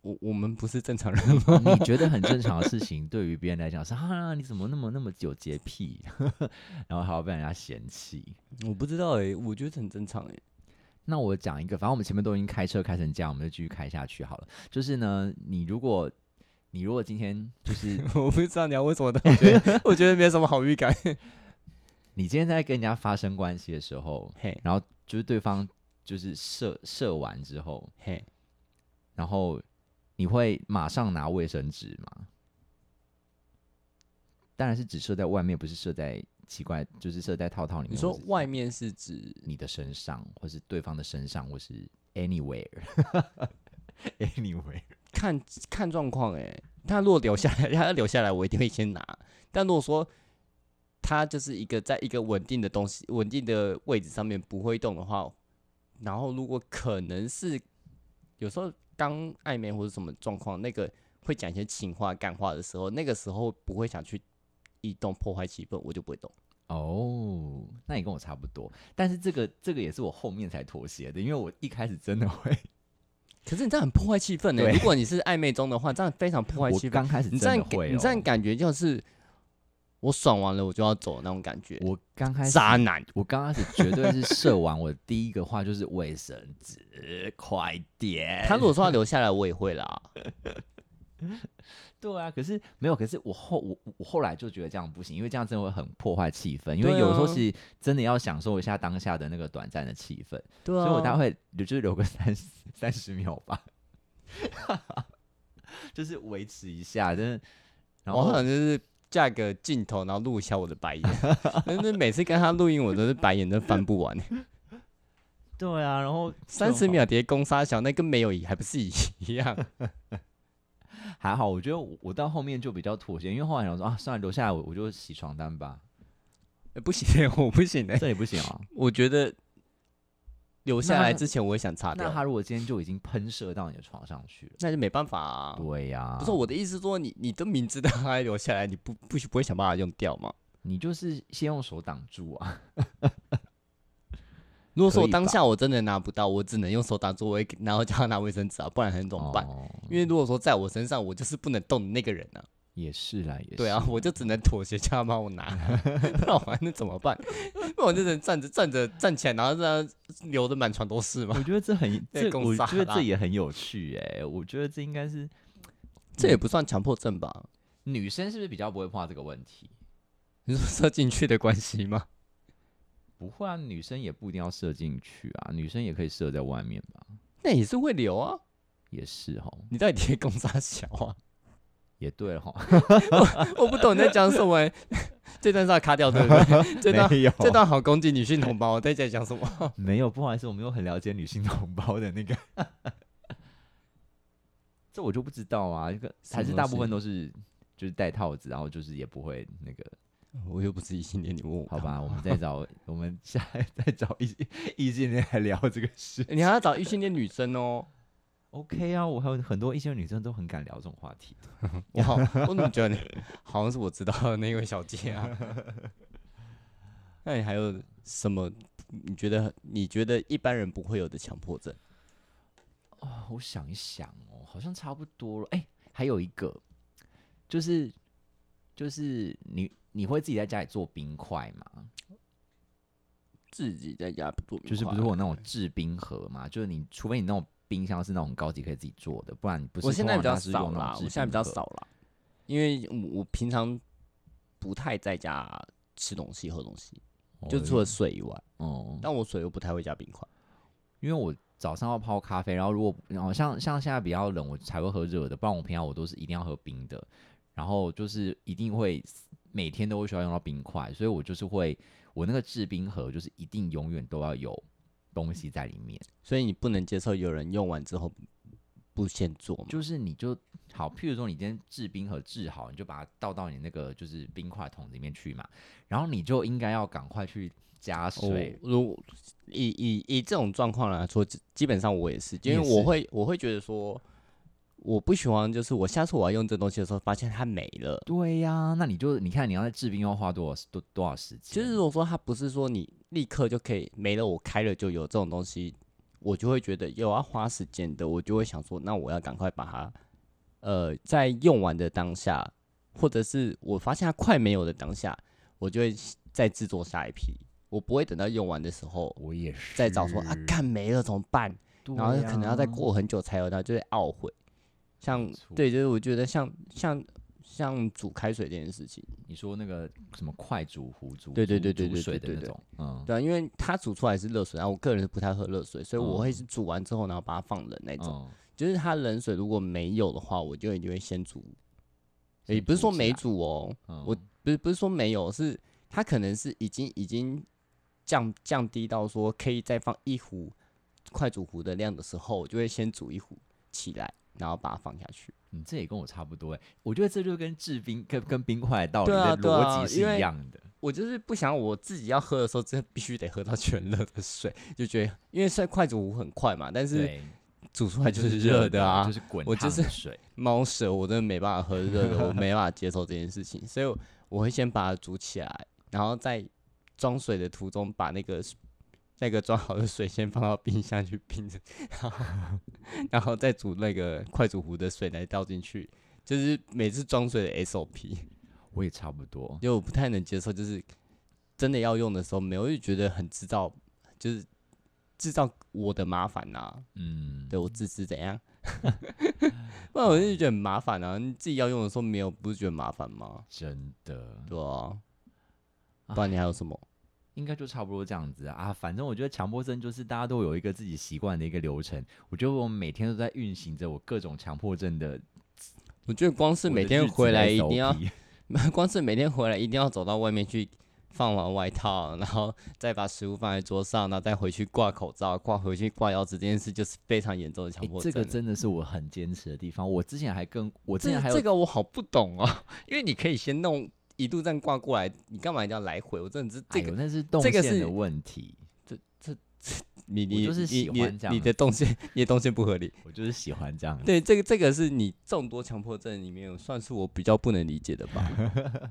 [SPEAKER 1] 我我们不是正常人吗？
[SPEAKER 2] 你觉得很正常的事情，对于别人来讲是啊，你怎么那么那么有洁癖， 然后还要被人家嫌弃。
[SPEAKER 1] 我不知道哎、我觉得很正常哎、
[SPEAKER 2] 那我讲一个，反正我们前面都已经开车开成这样，我们就继续开下去好了。就是呢，你如果你如果今天 就是
[SPEAKER 1] 我不知道你要问什么，但我 觉得我觉得没什么好预感。
[SPEAKER 2] 你今天在跟人家发生关系的时候，
[SPEAKER 1] 嘿
[SPEAKER 2] 然后就是对方就是射射完之后，
[SPEAKER 1] 嘿，
[SPEAKER 2] 然后你会马上拿卫生纸吗？当然是只射在外面，不是射在奇怪，就是射在套套里面。
[SPEAKER 1] 你说
[SPEAKER 2] 或是
[SPEAKER 1] 外面是指
[SPEAKER 2] 你的身上，或是对方的身上，或是 anywhere，anywhere。anywhere
[SPEAKER 1] 看看状况哎、他如果留下来，他 要留下来，我一定会先拿。但如果说他就是一个在一个稳定的东西、稳定的位置上面不会动的话，然后如果可能是有时候刚暧昧或者什么状况，那个会讲一些情话、干话的时候，那个时候不会想去异动破坏气氛，我就不会动。
[SPEAKER 2] 哦那你跟我差不多，但是这个这个也是我后面才妥协的，因为我一开始真的会，
[SPEAKER 1] 可是你这样很破坏气氛呢、
[SPEAKER 2] 对
[SPEAKER 1] 如果你是暧昧中的话，这样非常 破坏
[SPEAKER 2] 我
[SPEAKER 1] 气氛。
[SPEAKER 2] 刚开始
[SPEAKER 1] 你
[SPEAKER 2] 真
[SPEAKER 1] 这样
[SPEAKER 2] 的
[SPEAKER 1] 给
[SPEAKER 2] 会、哦，
[SPEAKER 1] 你这样感觉就是我爽完了我就要走那种感觉。
[SPEAKER 2] 我刚开始
[SPEAKER 1] 渣男，
[SPEAKER 2] 我刚开始绝对是射完，我第一个话就是卫生纸，快点。
[SPEAKER 1] 他如果说要留下来，我也会啦。
[SPEAKER 2] 对啊，可是没有，可是我后我我后来就觉得这样不行，因为这样真的会很破坏气氛。因为
[SPEAKER 1] 对啊
[SPEAKER 2] 有时候是真的要享受一下当下的那个短暂的气氛，
[SPEAKER 1] 对啊，
[SPEAKER 2] 所以我大概会就是留个三三十 秒吧， 就是维持一下，真的。然
[SPEAKER 1] 我
[SPEAKER 2] 后
[SPEAKER 1] 好想就是架个镜头，然后录一下我的白眼。 但是每次跟他录音，我都是白眼都翻不完。
[SPEAKER 2] 对啊，然后
[SPEAKER 1] 三十秒叠攻杀小，那跟没有一还 不是一样？
[SPEAKER 2] 还好，我觉得我我到后面就比较妥协，因为后来想说啊，算了，留下来我我就洗床单吧，
[SPEAKER 1] 欸不行，我不行的、欸
[SPEAKER 2] 这也不行 啊。
[SPEAKER 1] 我觉得留下来
[SPEAKER 2] 那
[SPEAKER 1] 之前，我也想擦
[SPEAKER 2] 那
[SPEAKER 1] 掉，
[SPEAKER 2] 他如果今天就已经喷射到你的床上去了，
[SPEAKER 1] 那就没办法啊。
[SPEAKER 2] 对呀、
[SPEAKER 1] 不是我的意思，说你你都明知道他留下来，你不不不会想办法用掉吗？
[SPEAKER 2] 你就是先用手挡住啊。
[SPEAKER 1] 如果说我
[SPEAKER 2] 可以
[SPEAKER 1] 当
[SPEAKER 2] 吧
[SPEAKER 1] 下我真的拿不到，我只能用手打住，我会给然后叫他拿卫生纸啊，不然很怎么办？
[SPEAKER 2] 哦
[SPEAKER 1] 因为如果说在我身上，我就是不能动的那个人啊。
[SPEAKER 2] 也是啦，也是。
[SPEAKER 1] 对啊，，我就只能妥协叫他帮 我拿，不然我还能怎么办？不然我就只能站着站着站起来，然后让它流的满床都是嘛。
[SPEAKER 2] 我觉得这很
[SPEAKER 1] 被
[SPEAKER 2] 这，
[SPEAKER 1] 攻
[SPEAKER 2] 我
[SPEAKER 1] 杀
[SPEAKER 2] 觉得这
[SPEAKER 1] 啦
[SPEAKER 2] 也很有趣哎、我觉得这应该是
[SPEAKER 1] 这也不算强迫症吧？
[SPEAKER 2] 女生是不是比较不会碰到这个问题？
[SPEAKER 1] 你说 射进去的关系吗？
[SPEAKER 2] 不会啊，女生也不一定要射进去啊，女生也可以射在外面吧？
[SPEAKER 1] 那也是会流啊，
[SPEAKER 2] 也是哈，
[SPEAKER 1] 你到底在攻杀小啊？
[SPEAKER 2] 也对 了哈，
[SPEAKER 1] 我不懂你在讲什么欸、 这段是要卡掉对不对？这段
[SPEAKER 2] 没有，
[SPEAKER 1] 这段好攻击女性同胞，我在这里讲什么？
[SPEAKER 2] 没有，不好意思，我没有很了解女性同胞的那个， 这我就不知道啊。这个
[SPEAKER 1] 什
[SPEAKER 2] 还
[SPEAKER 1] 么
[SPEAKER 2] 是大部
[SPEAKER 1] 东
[SPEAKER 2] 分都是就是戴套子，然后就是也不会那个，
[SPEAKER 1] 我又不是异性恋，你问我
[SPEAKER 2] 好
[SPEAKER 1] 干嘛？
[SPEAKER 2] 吧？我们再找，我们下 再找异异性恋来聊这个事。
[SPEAKER 1] 你还要找异性恋女生哦。
[SPEAKER 2] OK 啊，我还有很多异性恋女生都很敢聊这种话题。
[SPEAKER 1] 我好，我怎哦么觉得你好像是我知道的那位小姐啊？那你还有什么？你觉得你觉得一般人不会有的强迫症？
[SPEAKER 2] 啊，我想一想哦，好像差不多了。哎、还有一个，就是就是你你会自己在家里做冰块吗？
[SPEAKER 1] 自己在家不做，
[SPEAKER 2] 就是不是会有那种制冰盒嘛？就是你除非你那种冰箱是那种高级可以自己做的，不然你不是
[SPEAKER 1] 我现在比
[SPEAKER 2] 通
[SPEAKER 1] 较
[SPEAKER 2] 常它是用
[SPEAKER 1] 少
[SPEAKER 2] 那种
[SPEAKER 1] 啦，
[SPEAKER 2] 制
[SPEAKER 1] 我现在比
[SPEAKER 2] 冰
[SPEAKER 1] 较
[SPEAKER 2] 盒
[SPEAKER 1] 少啦，因为我我平常不太在家吃东西、喝东西，就除了水以外，
[SPEAKER 2] 哦、嗯，
[SPEAKER 1] 但我水又不太会加冰块。
[SPEAKER 2] 因为我早上要泡咖啡，然后如果然后像像现在比较冷，我才会喝热的，不然我平常我都是一定要喝冰的，然后就是一定会每天都会需要用到冰块，所以我就是会我那个制冰盒就是一定永远都要有东西在里面，
[SPEAKER 1] 所以你不能接受有人用完之后不不先做吗？
[SPEAKER 2] 就是你就好，譬如说你今天制冰盒制好，你就把它倒到你那个就是冰块桶里面去嘛，然后你就应该要赶快去加水。
[SPEAKER 1] 哦、如果以以以这种状况来说，基基本上我也是，因为
[SPEAKER 2] 你也是
[SPEAKER 1] 我会我会觉得说，我不喜欢就是我下次我要用这东西的时候，发现它没了。
[SPEAKER 2] 对呀、那你就你看你要在制冰要花多少多多少时间？
[SPEAKER 1] 就是如果说它不是说你立刻就可以没了，我开了就有这种东西，我就会觉得有要花时间的，我就会想说，那我要赶快把它，呃，在用完的当下，或者是我发现它快没有的当下，我就会再制作下一批，我不会等到用完的时候
[SPEAKER 2] 我也是
[SPEAKER 1] 再找 说啊，
[SPEAKER 2] 嗯
[SPEAKER 1] 干没了怎么办？然后可能要再
[SPEAKER 2] 对呀啊
[SPEAKER 1] 过很久才有到，就会懊悔。像
[SPEAKER 2] 没错
[SPEAKER 1] 对，就是我觉得像像像煮开水这件事情，
[SPEAKER 2] 你说那个什么快煮、壶煮，
[SPEAKER 1] 对对对
[SPEAKER 2] 煮
[SPEAKER 1] 对
[SPEAKER 2] 煮
[SPEAKER 1] 对
[SPEAKER 2] 水的
[SPEAKER 1] 对
[SPEAKER 2] 那
[SPEAKER 1] 对
[SPEAKER 2] 种，嗯，
[SPEAKER 1] 对啊，因为它煮出来是热水，然后我个人是不太喝热水，所以我会
[SPEAKER 2] 嗯
[SPEAKER 1] 是煮完之后，然后把它放冷那种。
[SPEAKER 2] 嗯，
[SPEAKER 1] 就是它冷水如果没有的话，我就一定会先煮，也
[SPEAKER 2] 先
[SPEAKER 1] 不是说
[SPEAKER 2] 起
[SPEAKER 1] 没
[SPEAKER 2] 来，
[SPEAKER 1] 煮哦，
[SPEAKER 2] 嗯
[SPEAKER 1] 我不是不是说没有，是它可能是已经已经降降低到说可以再放一壶快煮壶的量的时候，我就会先煮一壶起来，然后把它放下去。
[SPEAKER 2] 你嗯这也跟我差不多哎，我觉得这就跟制冰跟跟冰块的道理
[SPEAKER 1] 对啊
[SPEAKER 2] 的
[SPEAKER 1] 对啊
[SPEAKER 2] 逻辑是
[SPEAKER 1] 因为
[SPEAKER 2] 一样的，
[SPEAKER 1] 我就是不想我自己要喝的时候，真的必须得喝到全热的水，就觉得因为虽然快煮壶很快嘛，但是
[SPEAKER 2] 对，
[SPEAKER 1] 煮出来就
[SPEAKER 2] 就是
[SPEAKER 1] 热的啊，
[SPEAKER 2] 就是滚
[SPEAKER 1] 我就
[SPEAKER 2] 烫
[SPEAKER 1] 是
[SPEAKER 2] 的水，
[SPEAKER 1] 猫舌，我真的没办法喝热的，我没办法接受这件事情，所以我我会先把它煮起来，然后在装水的途中把那个那个装好的水先放到冰箱去冰着， 然后然后再煮那个快煮壶的水来倒进去，就是每次装水的 SOP，
[SPEAKER 2] 我也差不多，
[SPEAKER 1] 因为我不太能接受，就是真的要用的时候没有，我就觉得很制造，就是制造我的麻烦啊呐、
[SPEAKER 2] 嗯，
[SPEAKER 1] 对我自私怎样？ 不然我就觉得很麻烦啊！你自己要用的时候没有，不是觉得麻烦吗？
[SPEAKER 2] 真的，
[SPEAKER 1] 对啊，不然你还有什么？
[SPEAKER 2] 应该就差不多这样子啊啊，反正我觉得强迫症就是大家都有一个自己习惯的一个流程，我觉得我每天都在运行着我各种强迫症的，
[SPEAKER 1] 我觉得光是
[SPEAKER 2] 我
[SPEAKER 1] 每
[SPEAKER 2] 的
[SPEAKER 1] 天
[SPEAKER 2] 日子
[SPEAKER 1] 回
[SPEAKER 2] 的
[SPEAKER 1] 来一定
[SPEAKER 2] SOP
[SPEAKER 1] 要， 光是每天回来一定要走到外面去放完外套，然后再把食物放在桌上，然后再回去挂口罩、挂回去挂钥匙，这件事就是非常严重的强
[SPEAKER 2] 欸
[SPEAKER 1] 迫
[SPEAKER 2] 这
[SPEAKER 1] 症了。
[SPEAKER 2] 个真的是我很坚持的地方。我之前还跟我之前还
[SPEAKER 1] 这
[SPEAKER 2] 有、
[SPEAKER 1] 这个我好不懂哦，因为你可以先弄一路这样挂过来，你干嘛一定要来回？我真的是
[SPEAKER 2] 哎
[SPEAKER 1] 这
[SPEAKER 2] 呦
[SPEAKER 1] 个
[SPEAKER 2] 那是动
[SPEAKER 1] 这个
[SPEAKER 2] 线
[SPEAKER 1] 是
[SPEAKER 2] 的问题，
[SPEAKER 1] 你
[SPEAKER 2] 我
[SPEAKER 1] 你
[SPEAKER 2] 就是
[SPEAKER 1] 你
[SPEAKER 2] 喜
[SPEAKER 1] 你
[SPEAKER 2] 欢这样嗯
[SPEAKER 1] 你的动线，你的动线不合理。
[SPEAKER 2] 我就是喜欢这样。
[SPEAKER 1] 对，这个这个是你众多强迫症里面算是我比较不能理解的 吧。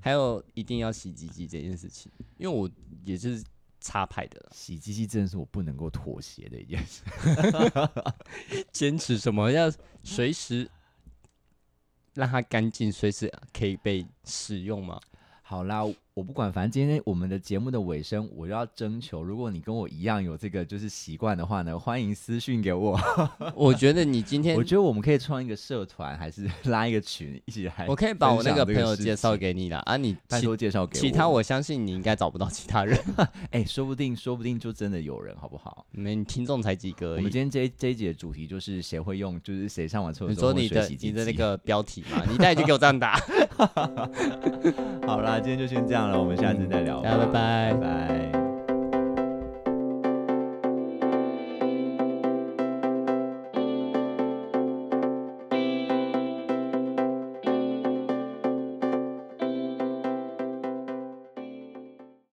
[SPEAKER 1] 还有一定要洗鸡鸡这件事情，因为我也是插派的啦，
[SPEAKER 2] 洗机器真的是我不能够妥协的一件事。
[SPEAKER 1] 坚持什么要随时 让它干净，随时可以被使用 吗？
[SPEAKER 2] 好啦，我不管，反正今天我们的节目的尾声，我要征求，如果你跟我一样有这个就是习惯的话呢，欢迎私讯给我。
[SPEAKER 1] 我觉得你今天
[SPEAKER 2] 我，觉得我们可以创一个社团，还是 拉一个群一起来。
[SPEAKER 1] 我可以把我那
[SPEAKER 2] 分
[SPEAKER 1] 个
[SPEAKER 2] 享
[SPEAKER 1] 朋
[SPEAKER 2] 这个
[SPEAKER 1] 友
[SPEAKER 2] 事
[SPEAKER 1] 介绍
[SPEAKER 2] 情
[SPEAKER 1] 给你啦。啊，你
[SPEAKER 2] 拜
[SPEAKER 1] 其
[SPEAKER 2] 托介绍给我。
[SPEAKER 1] 其他我相信你应该找不到其他人，
[SPEAKER 2] 哎、说不定说不定就真的有人，好不好？
[SPEAKER 1] 没你听众才几个
[SPEAKER 2] 我
[SPEAKER 1] 而
[SPEAKER 2] 们
[SPEAKER 1] 已。
[SPEAKER 2] 今天这一这一节的主题就是谁会用，就是谁上完厕所
[SPEAKER 1] 你说
[SPEAKER 2] 会
[SPEAKER 1] 你
[SPEAKER 2] 水
[SPEAKER 1] 的
[SPEAKER 2] 洗机
[SPEAKER 1] 你的那
[SPEAKER 2] 器
[SPEAKER 1] 个标题嘛，你再去给我这样打。
[SPEAKER 2] 好啦，今天就先这样了，我们下次再聊吧，
[SPEAKER 1] 嗯大家拜拜
[SPEAKER 2] 拜拜。